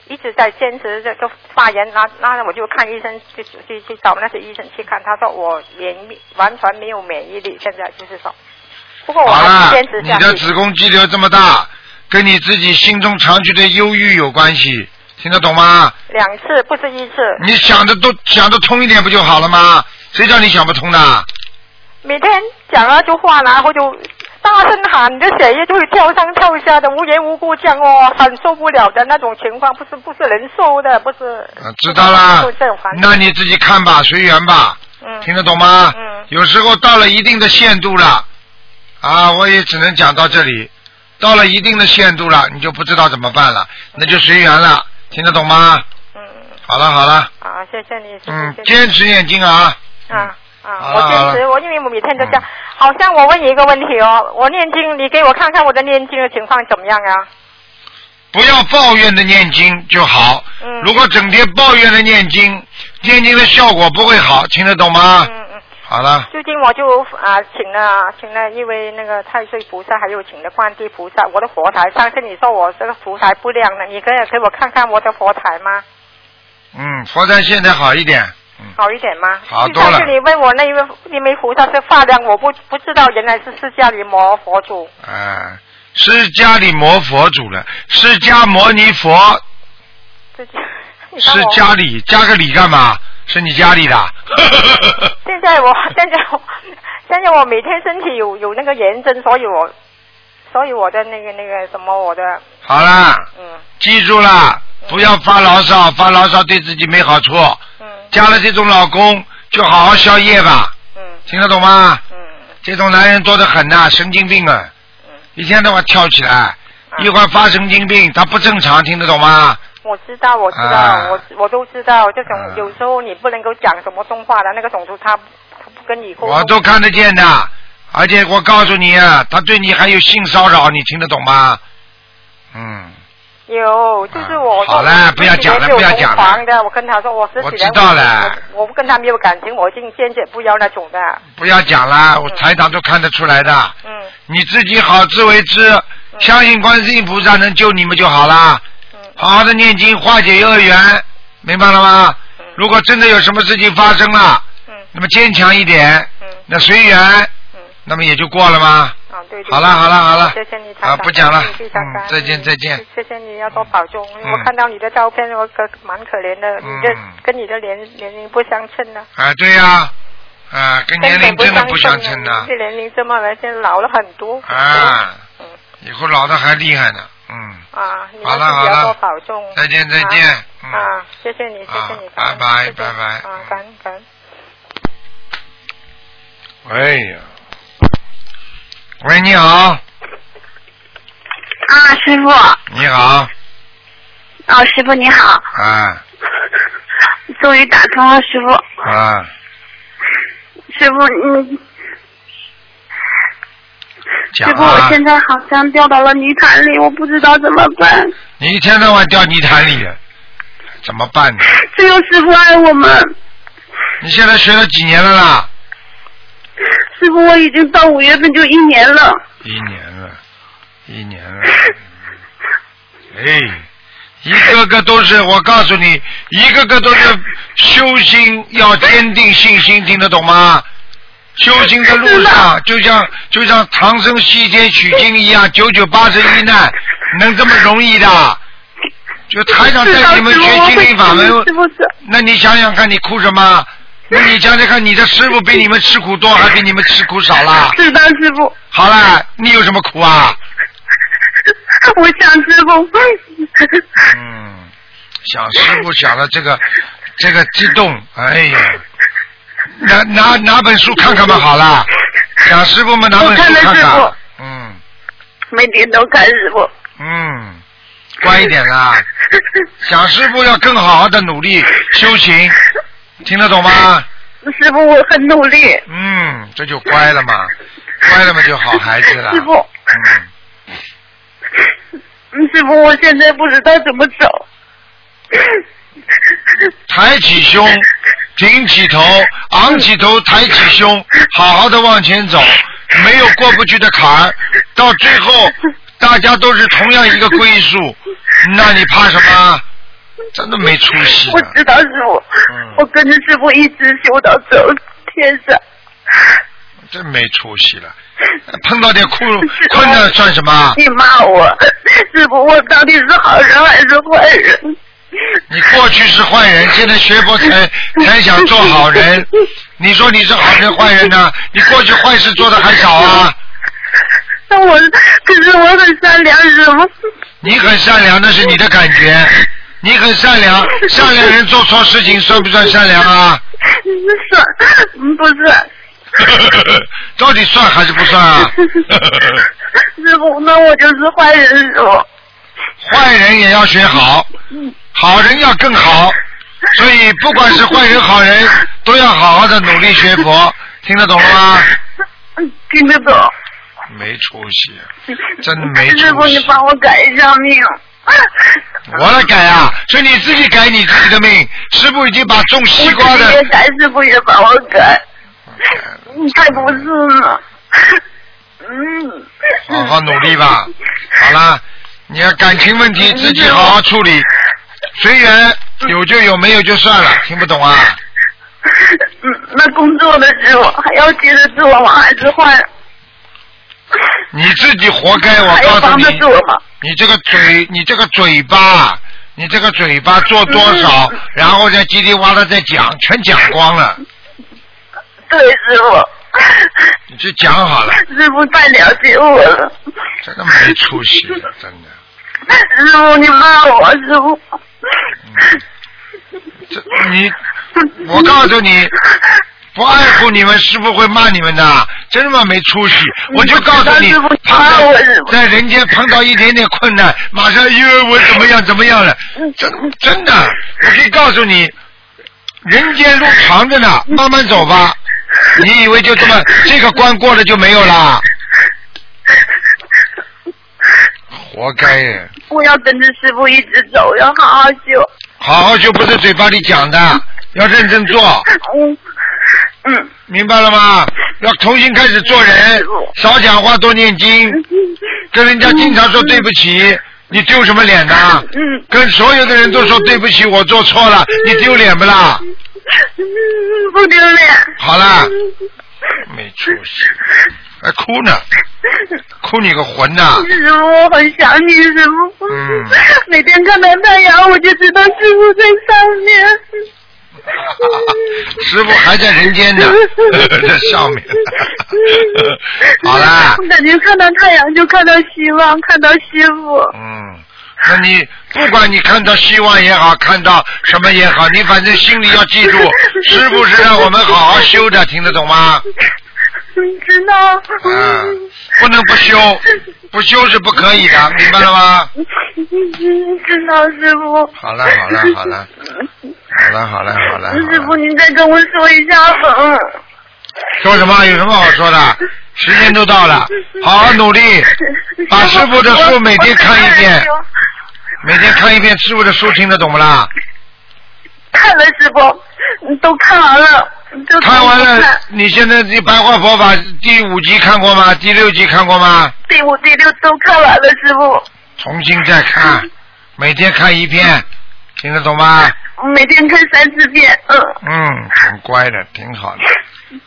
[SPEAKER 8] 一直在坚持这个发炎，那那我就看医生，去去去找那些医生去看，他说我免疫完全没有免疫力，现在就是说，不过我
[SPEAKER 1] 好了
[SPEAKER 8] 还是坚持，
[SPEAKER 1] 你
[SPEAKER 8] 下
[SPEAKER 1] 的
[SPEAKER 8] 去。
[SPEAKER 1] 子宫肌瘤这么大，跟你自己心中长期的忧郁有关系，听得懂吗？
[SPEAKER 8] 两次不是一次，
[SPEAKER 1] 你想的都想得通一点不就好了吗？谁叫你想不通的？啊
[SPEAKER 8] 每天讲啊就话，然后就大声喊，你的血液就会跳上跳下的，无缘无故这样哦，很受不了的那种情况，不是不是人受的，不是。
[SPEAKER 1] 啊，知道啦
[SPEAKER 8] 就这种环。境
[SPEAKER 1] 那你自己看吧，随缘吧，
[SPEAKER 8] 嗯
[SPEAKER 1] 听得懂吗？
[SPEAKER 8] 嗯
[SPEAKER 1] 有时候到了一定的限度了，啊，我也只能讲到这里。到了一定的限度了，你就不知道怎么办了，那就随缘了，听得懂吗？
[SPEAKER 8] 嗯，
[SPEAKER 1] 好了好了，
[SPEAKER 8] 好，谢谢你，谢谢
[SPEAKER 1] 嗯
[SPEAKER 8] 谢，谢
[SPEAKER 1] 坚持念经啊，
[SPEAKER 8] 啊啊！
[SPEAKER 1] 好了
[SPEAKER 8] 我
[SPEAKER 1] 好
[SPEAKER 8] 坚持，
[SPEAKER 1] 了
[SPEAKER 8] 我因为我每天都这
[SPEAKER 1] 嗯
[SPEAKER 8] 样。好像我问你一个问题哦，我念经，你给我看看我的念经的情况怎么样啊？
[SPEAKER 1] 不要抱怨的念经就好。
[SPEAKER 8] 嗯
[SPEAKER 1] 如果整天抱怨的念经，念经的效果不会好，听得懂吗？
[SPEAKER 8] 嗯嗯。
[SPEAKER 1] 好了。
[SPEAKER 8] 最近我就啊、请了请了一位那个太岁菩萨，还有请了观地菩萨。我的佛台，上次你说我这个佛台不亮了，你可以给我看看我的佛台吗？
[SPEAKER 1] 嗯，佛山现在好一点。嗯，
[SPEAKER 8] 好一点吗？
[SPEAKER 1] 好
[SPEAKER 8] 就
[SPEAKER 1] 多了
[SPEAKER 8] 上次你问我那一位那枚菩萨是发亮，我不不知道原来是释迦牟尼佛祖。
[SPEAKER 1] 啊，释迦里摩佛祖了，释迦摩尼佛，
[SPEAKER 8] 释迦， 你看
[SPEAKER 1] 释
[SPEAKER 8] 我
[SPEAKER 1] 迦里加个里干嘛？是你家里的？
[SPEAKER 8] 现在我 现在我现在我每天身体有有那个炎症，所以我所以我的那个那个什么我的
[SPEAKER 1] 好啦，
[SPEAKER 8] 嗯
[SPEAKER 1] 记住啦，不要发牢骚，发牢骚对自己没好处。
[SPEAKER 8] 嗯
[SPEAKER 1] 嫁了这种老公，就好好宵夜吧，
[SPEAKER 8] 嗯
[SPEAKER 1] 听得懂吗？
[SPEAKER 8] 嗯
[SPEAKER 1] 这种男人多得很呐、神经病啊
[SPEAKER 8] 嗯！
[SPEAKER 1] 一天到晚跳起来，一会儿发神经病，他不正常，听得懂吗？
[SPEAKER 8] 我知道，我知道，
[SPEAKER 1] 啊
[SPEAKER 8] 我我都知道，这种、
[SPEAKER 1] 啊
[SPEAKER 8] 有时候你不能够讲什么动画的，那个种族他他不跟你沟通。
[SPEAKER 1] 我都看得见的，而且我告诉你啊，他对你还有性骚扰，你听得懂吗？嗯，
[SPEAKER 8] 有，就是我、
[SPEAKER 1] 啊好了不要讲了不要讲了
[SPEAKER 8] 黄的，我跟他说我十
[SPEAKER 1] 我
[SPEAKER 8] 几
[SPEAKER 1] 知
[SPEAKER 8] 年
[SPEAKER 1] 道了
[SPEAKER 8] 我，我不跟他没有感情，我已经坚决不要那种的。
[SPEAKER 1] 不要讲啦，我台长都看得出来的。
[SPEAKER 8] 嗯
[SPEAKER 1] 你自己好自为之，相信观世音菩萨能救你们就好啦。
[SPEAKER 8] 嗯
[SPEAKER 1] 好好的念经化解恶缘，明白了吗？如果真的有什么事情发生了，
[SPEAKER 8] 嗯
[SPEAKER 1] 那么坚强一点，
[SPEAKER 8] 嗯
[SPEAKER 1] 那随缘，
[SPEAKER 8] 嗯，
[SPEAKER 1] 那么也就过了吗？
[SPEAKER 8] 啊对对。
[SPEAKER 1] 好了好了好了
[SPEAKER 8] 谢谢你，台
[SPEAKER 1] 啊
[SPEAKER 8] 长
[SPEAKER 1] 不讲了
[SPEAKER 8] 谢谢台长
[SPEAKER 1] 嗯再见再见
[SPEAKER 8] 谢谢你要多保重，
[SPEAKER 1] 嗯
[SPEAKER 8] 我看到你的照片，我可蛮可怜的，你的
[SPEAKER 1] 嗯
[SPEAKER 8] 跟你的年年龄不相称呢。
[SPEAKER 1] 啊，对呀、啊，跟年龄真的不相称
[SPEAKER 8] 称
[SPEAKER 1] 呐、
[SPEAKER 8] 这年龄这么来，现在老了很多。
[SPEAKER 1] 啊，
[SPEAKER 8] 嗯
[SPEAKER 1] 以后老的还厉害呢，嗯，
[SPEAKER 8] 啊，你们
[SPEAKER 1] 好
[SPEAKER 8] 自
[SPEAKER 1] 了
[SPEAKER 8] 己要
[SPEAKER 1] 好
[SPEAKER 8] 多
[SPEAKER 1] 了
[SPEAKER 8] 保重。
[SPEAKER 1] 再见再见，
[SPEAKER 8] 啊
[SPEAKER 1] 嗯，
[SPEAKER 8] 啊，谢谢你，谢谢你，
[SPEAKER 1] 啊
[SPEAKER 8] 感
[SPEAKER 1] 拜
[SPEAKER 8] 恩
[SPEAKER 1] 拜
[SPEAKER 8] 谢谢
[SPEAKER 1] 拜拜
[SPEAKER 8] 啊
[SPEAKER 1] 嗯，
[SPEAKER 8] 感恩感恩。
[SPEAKER 1] 哎呀，喂，你好，
[SPEAKER 7] 啊，师傅，
[SPEAKER 1] 你好，
[SPEAKER 7] 哦，师傅你好，
[SPEAKER 1] 啊
[SPEAKER 7] 终于打通了，师傅，
[SPEAKER 1] 啊，
[SPEAKER 7] 师傅，嗯，
[SPEAKER 1] 讲
[SPEAKER 7] 师傅，
[SPEAKER 1] 啊
[SPEAKER 7] 我现在好像掉到了泥潭里，我不知道怎么办，
[SPEAKER 1] 你一天到晚掉泥潭里了，怎么办呢？
[SPEAKER 7] 只有师傅爱我们。
[SPEAKER 1] 你现在学了几年了啦？
[SPEAKER 7] 师傅，我已经到五月份就一年了，
[SPEAKER 1] 一年了，一年了。哎，一个个都是，我告诉你，一个个都是修心，要坚定信心，听得懂吗？修行的路上，就像就像唐僧西天取经一样，九九八十一难，能这么容易的？就台长
[SPEAKER 7] 知道
[SPEAKER 1] 带你们
[SPEAKER 7] 师傅
[SPEAKER 1] 学
[SPEAKER 7] 我
[SPEAKER 1] 心灵法门，
[SPEAKER 7] 会师傅是，
[SPEAKER 1] 那你想想看，你哭什么？那你想想看，你的师傅比你们吃苦多，还比你们吃苦少啦？
[SPEAKER 7] 知道师傅，
[SPEAKER 1] 好啦，你有什么苦啊？
[SPEAKER 7] 我想师傅，哎
[SPEAKER 1] 嗯，想师傅想了这个，这个激动，哎呀，拿拿拿本书看看吧，好啦，想师傅们拿本书看
[SPEAKER 7] 嗯我看了师
[SPEAKER 1] 看
[SPEAKER 7] 傅，
[SPEAKER 1] 嗯
[SPEAKER 7] 每天都看师傅，
[SPEAKER 1] 嗯，乖一点啦，想师傅要更好好的努力修行，听得懂吗？
[SPEAKER 7] 师傅我很努力，
[SPEAKER 1] 嗯，这就乖了嘛，乖了嘛就好孩子了。
[SPEAKER 7] 师傅，
[SPEAKER 1] 嗯。
[SPEAKER 7] 嗯师傅，我现在不知道怎么走。
[SPEAKER 1] 抬起 胸，挺起头，
[SPEAKER 7] 嗯
[SPEAKER 1] 昂起头，抬起胸，好好的往前走，没有过不去的坎儿。到最 后，大家都是同样一个归宿，那你怕什么？真的没出息
[SPEAKER 7] 我
[SPEAKER 1] 的。
[SPEAKER 7] 知道师傅，
[SPEAKER 1] 嗯
[SPEAKER 7] 我跟着师傅一直修到走天上。
[SPEAKER 1] 真没出息 了。碰到点困
[SPEAKER 7] 啊
[SPEAKER 1] 困难算什么？
[SPEAKER 7] 你骂我，师傅，我到底是好人还是坏人？
[SPEAKER 1] 你过去是坏人，现在学佛才才想做好人。你说你是好人坏人呢、你过去坏事做的还少啊？
[SPEAKER 7] 那我可是我很善良，师傅。
[SPEAKER 1] 你很善良，那是你的感觉。你很善良，善良人做错事情算不算善良啊？
[SPEAKER 7] 是，嗯不是？
[SPEAKER 1] 到底算还是不算啊？
[SPEAKER 7] 师傅，那我就是坏人，师傅。
[SPEAKER 1] 坏人也要学好，好人要更好。所以不管是坏人好人，都要好好的努力学佛，听得懂了吗？
[SPEAKER 7] 嗯听得懂。
[SPEAKER 1] 没出 息，真没出息
[SPEAKER 7] 师傅，你帮我改一下命。啊
[SPEAKER 1] 我来改啊！所以你自己改你自己的命。师傅已经把种西瓜
[SPEAKER 7] 我自己
[SPEAKER 1] 的
[SPEAKER 7] 也改，师傅也帮我改。你才不是呢。嗯。
[SPEAKER 1] 好好努力吧。好啦，你要感情问
[SPEAKER 7] 嗯
[SPEAKER 1] 题自己好好处理，随缘，有就有，没有就算了。听不懂啊？
[SPEAKER 7] 嗯，那工作的时候还要接着做吗？还是换？
[SPEAKER 1] 你自己活该，我
[SPEAKER 7] 还要
[SPEAKER 1] 告诉
[SPEAKER 7] 帮
[SPEAKER 1] 你
[SPEAKER 7] 他，做吗？
[SPEAKER 1] 你这个嘴，你这个嘴巴，你这个嘴巴做多
[SPEAKER 7] 嗯
[SPEAKER 1] 少，然后再叽里哇啦再讲，全讲光了，
[SPEAKER 7] 对，师傅，
[SPEAKER 1] 你就讲好了，
[SPEAKER 7] 师傅太了解我了。
[SPEAKER 1] 真的没出息了，真的。
[SPEAKER 7] 哎师傅，你骂我，师傅。
[SPEAKER 1] 这你，我告诉你，不不爱护你们，师傅会骂你们的，真他妈没出息！我就告诉你
[SPEAKER 7] 师傅，
[SPEAKER 1] 他
[SPEAKER 7] 打我是吧
[SPEAKER 1] 在人间碰到一点点困难，马上又我怎么样怎么样了，真真的，我可以告诉你，人间路长着呢，慢慢走吧。你以为就这么这个关过了就没有啦？活该呀！
[SPEAKER 7] 我要跟着师傅一直走，要好好修。
[SPEAKER 1] 好好修不是嘴巴里讲的，要认真做，
[SPEAKER 7] 嗯嗯，
[SPEAKER 1] 明白了吗？要重新开始做人，少讲话，多念经，跟人家经常说对不起，你丢什么脸呐？
[SPEAKER 7] 嗯
[SPEAKER 1] 跟所有的人都说对不起，我做错了，你丢脸不啦？
[SPEAKER 7] 嗯不丢脸。
[SPEAKER 1] 好啦，没出息，还哭呢，哭你个魂呐！
[SPEAKER 7] 师傅，我很想你，师傅。
[SPEAKER 1] 嗯
[SPEAKER 7] 每天看到太阳，我就知道师傅在上面。
[SPEAKER 1] 师傅还在人间呢， 在上面。好 啦，
[SPEAKER 7] 我感觉看到太阳就看到希望，看到师傅。
[SPEAKER 1] 嗯，那你不管你看到希望也好，看到什么也好，你反正心里要记住，师傅是让我们好好修的，听得懂 吗？
[SPEAKER 7] 你知道？
[SPEAKER 1] 嗯，不能不 修，不修是不可以的，明白了吗？
[SPEAKER 7] 嗯， 知道师傅。
[SPEAKER 1] 好了好了好了，好了好了好了好
[SPEAKER 7] 师傅，
[SPEAKER 1] 了，
[SPEAKER 7] 您再跟我说一下吧。
[SPEAKER 1] 哦说什么？有什么好说 的？时间都到了，好好努力，把师傅的书每天看一遍，
[SPEAKER 7] 我我
[SPEAKER 1] 每天看一遍师傅的书，听得懂不啦？
[SPEAKER 7] 看了师傅，嗯都看完了，都
[SPEAKER 1] 看完
[SPEAKER 7] 都
[SPEAKER 1] 了
[SPEAKER 7] 看，
[SPEAKER 1] 你现在你白话佛法第五集看过吗？第六集看过吗？
[SPEAKER 7] 第五、第六都看完了，师傅。
[SPEAKER 1] 重新再看，每天看一遍，听得懂 吗？
[SPEAKER 7] 每天看三四遍，嗯。
[SPEAKER 1] 嗯，挺乖的，挺好的，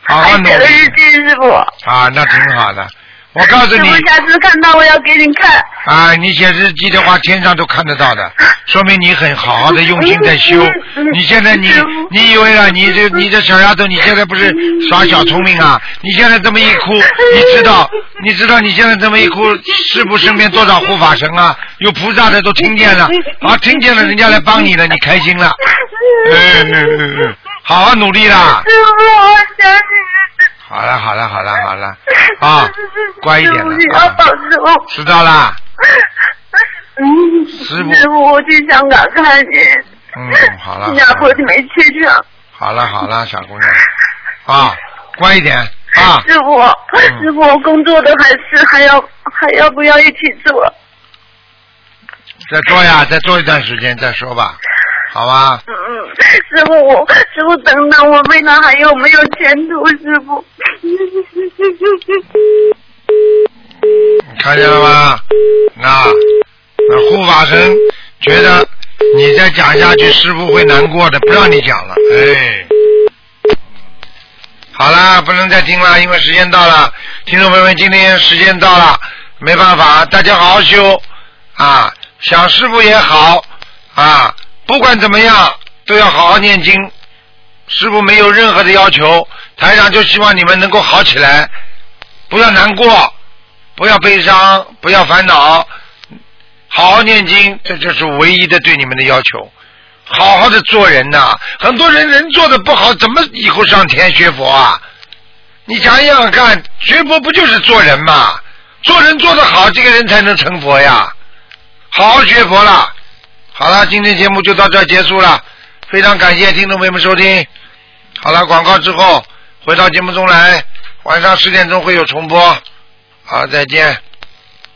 [SPEAKER 1] 好好
[SPEAKER 7] 还
[SPEAKER 1] 努
[SPEAKER 7] 写了日
[SPEAKER 1] 力
[SPEAKER 7] 记，师傅。
[SPEAKER 1] 啊，那挺好的。我告诉
[SPEAKER 7] 哎师
[SPEAKER 1] 你
[SPEAKER 7] 傅，下次看到我要给你看。
[SPEAKER 1] 啊，你写日记的话，天上都看得到 的，说明你很好好的用心在修
[SPEAKER 7] 嗯嗯。嗯
[SPEAKER 1] 你现在你
[SPEAKER 7] 师嗯傅
[SPEAKER 1] 你以为啊，你这你这小丫头，你现在不是耍小聪明啊？你现在这么一哭，
[SPEAKER 7] 哎
[SPEAKER 1] 你知道你知道你现在这么一哭，师傅身边多少护法神啊，有菩萨的都听见
[SPEAKER 7] 哎
[SPEAKER 1] 了，啊，听见了，人家来帮你了，你开心了，嗯嗯嗯嗯，好好努力啦。
[SPEAKER 7] 哎师傅，我想你。
[SPEAKER 1] 好了好了好了好 了，啊，乖一点
[SPEAKER 7] 嗯师
[SPEAKER 1] 了
[SPEAKER 7] 傅，你，要
[SPEAKER 1] 啊
[SPEAKER 7] 保重。
[SPEAKER 1] 知道 啦，
[SPEAKER 7] 嗯，
[SPEAKER 1] 师傅
[SPEAKER 7] 师傅，我去香港看你。
[SPEAKER 1] 嗯，好了。
[SPEAKER 7] 新加坡没去啊成。
[SPEAKER 1] 好了好了，小姑娘，啊，乖一点啊，
[SPEAKER 7] 师傅，师傅，我工作的还是还要还要不要一起做？
[SPEAKER 1] 再做呀，再做一段时间再说吧，好吧？
[SPEAKER 7] 嗯嗯，师傅，我师傅等等，我未来还有没有前途？师傅，
[SPEAKER 1] 你看见了吗？那那护法神觉得你再讲下去，师傅会难过的，不让你讲了，哎。好啦，不能再听了，因为时间到了。听众朋友们，今天时间到了，没办法，大家好好修啊，想师傅也好啊，不管怎么样都要好好念经。师傅没有任何的要求，台长就希望你们能够好起来，不要难过，不要悲伤，不要烦恼，好好念经，这就是唯一的对你们的要求。好好的做人呐、很多人人做的不好，怎么以后上天学佛啊？你想想看，学佛不就是做人嘛？做人做得好，这个人才能成佛呀。好好学佛了。好了，今天节目就到这儿结束了，非常感谢听众朋友们收听。好了，广告之后回到节目中来，晚上十点钟会有重播。好，再见。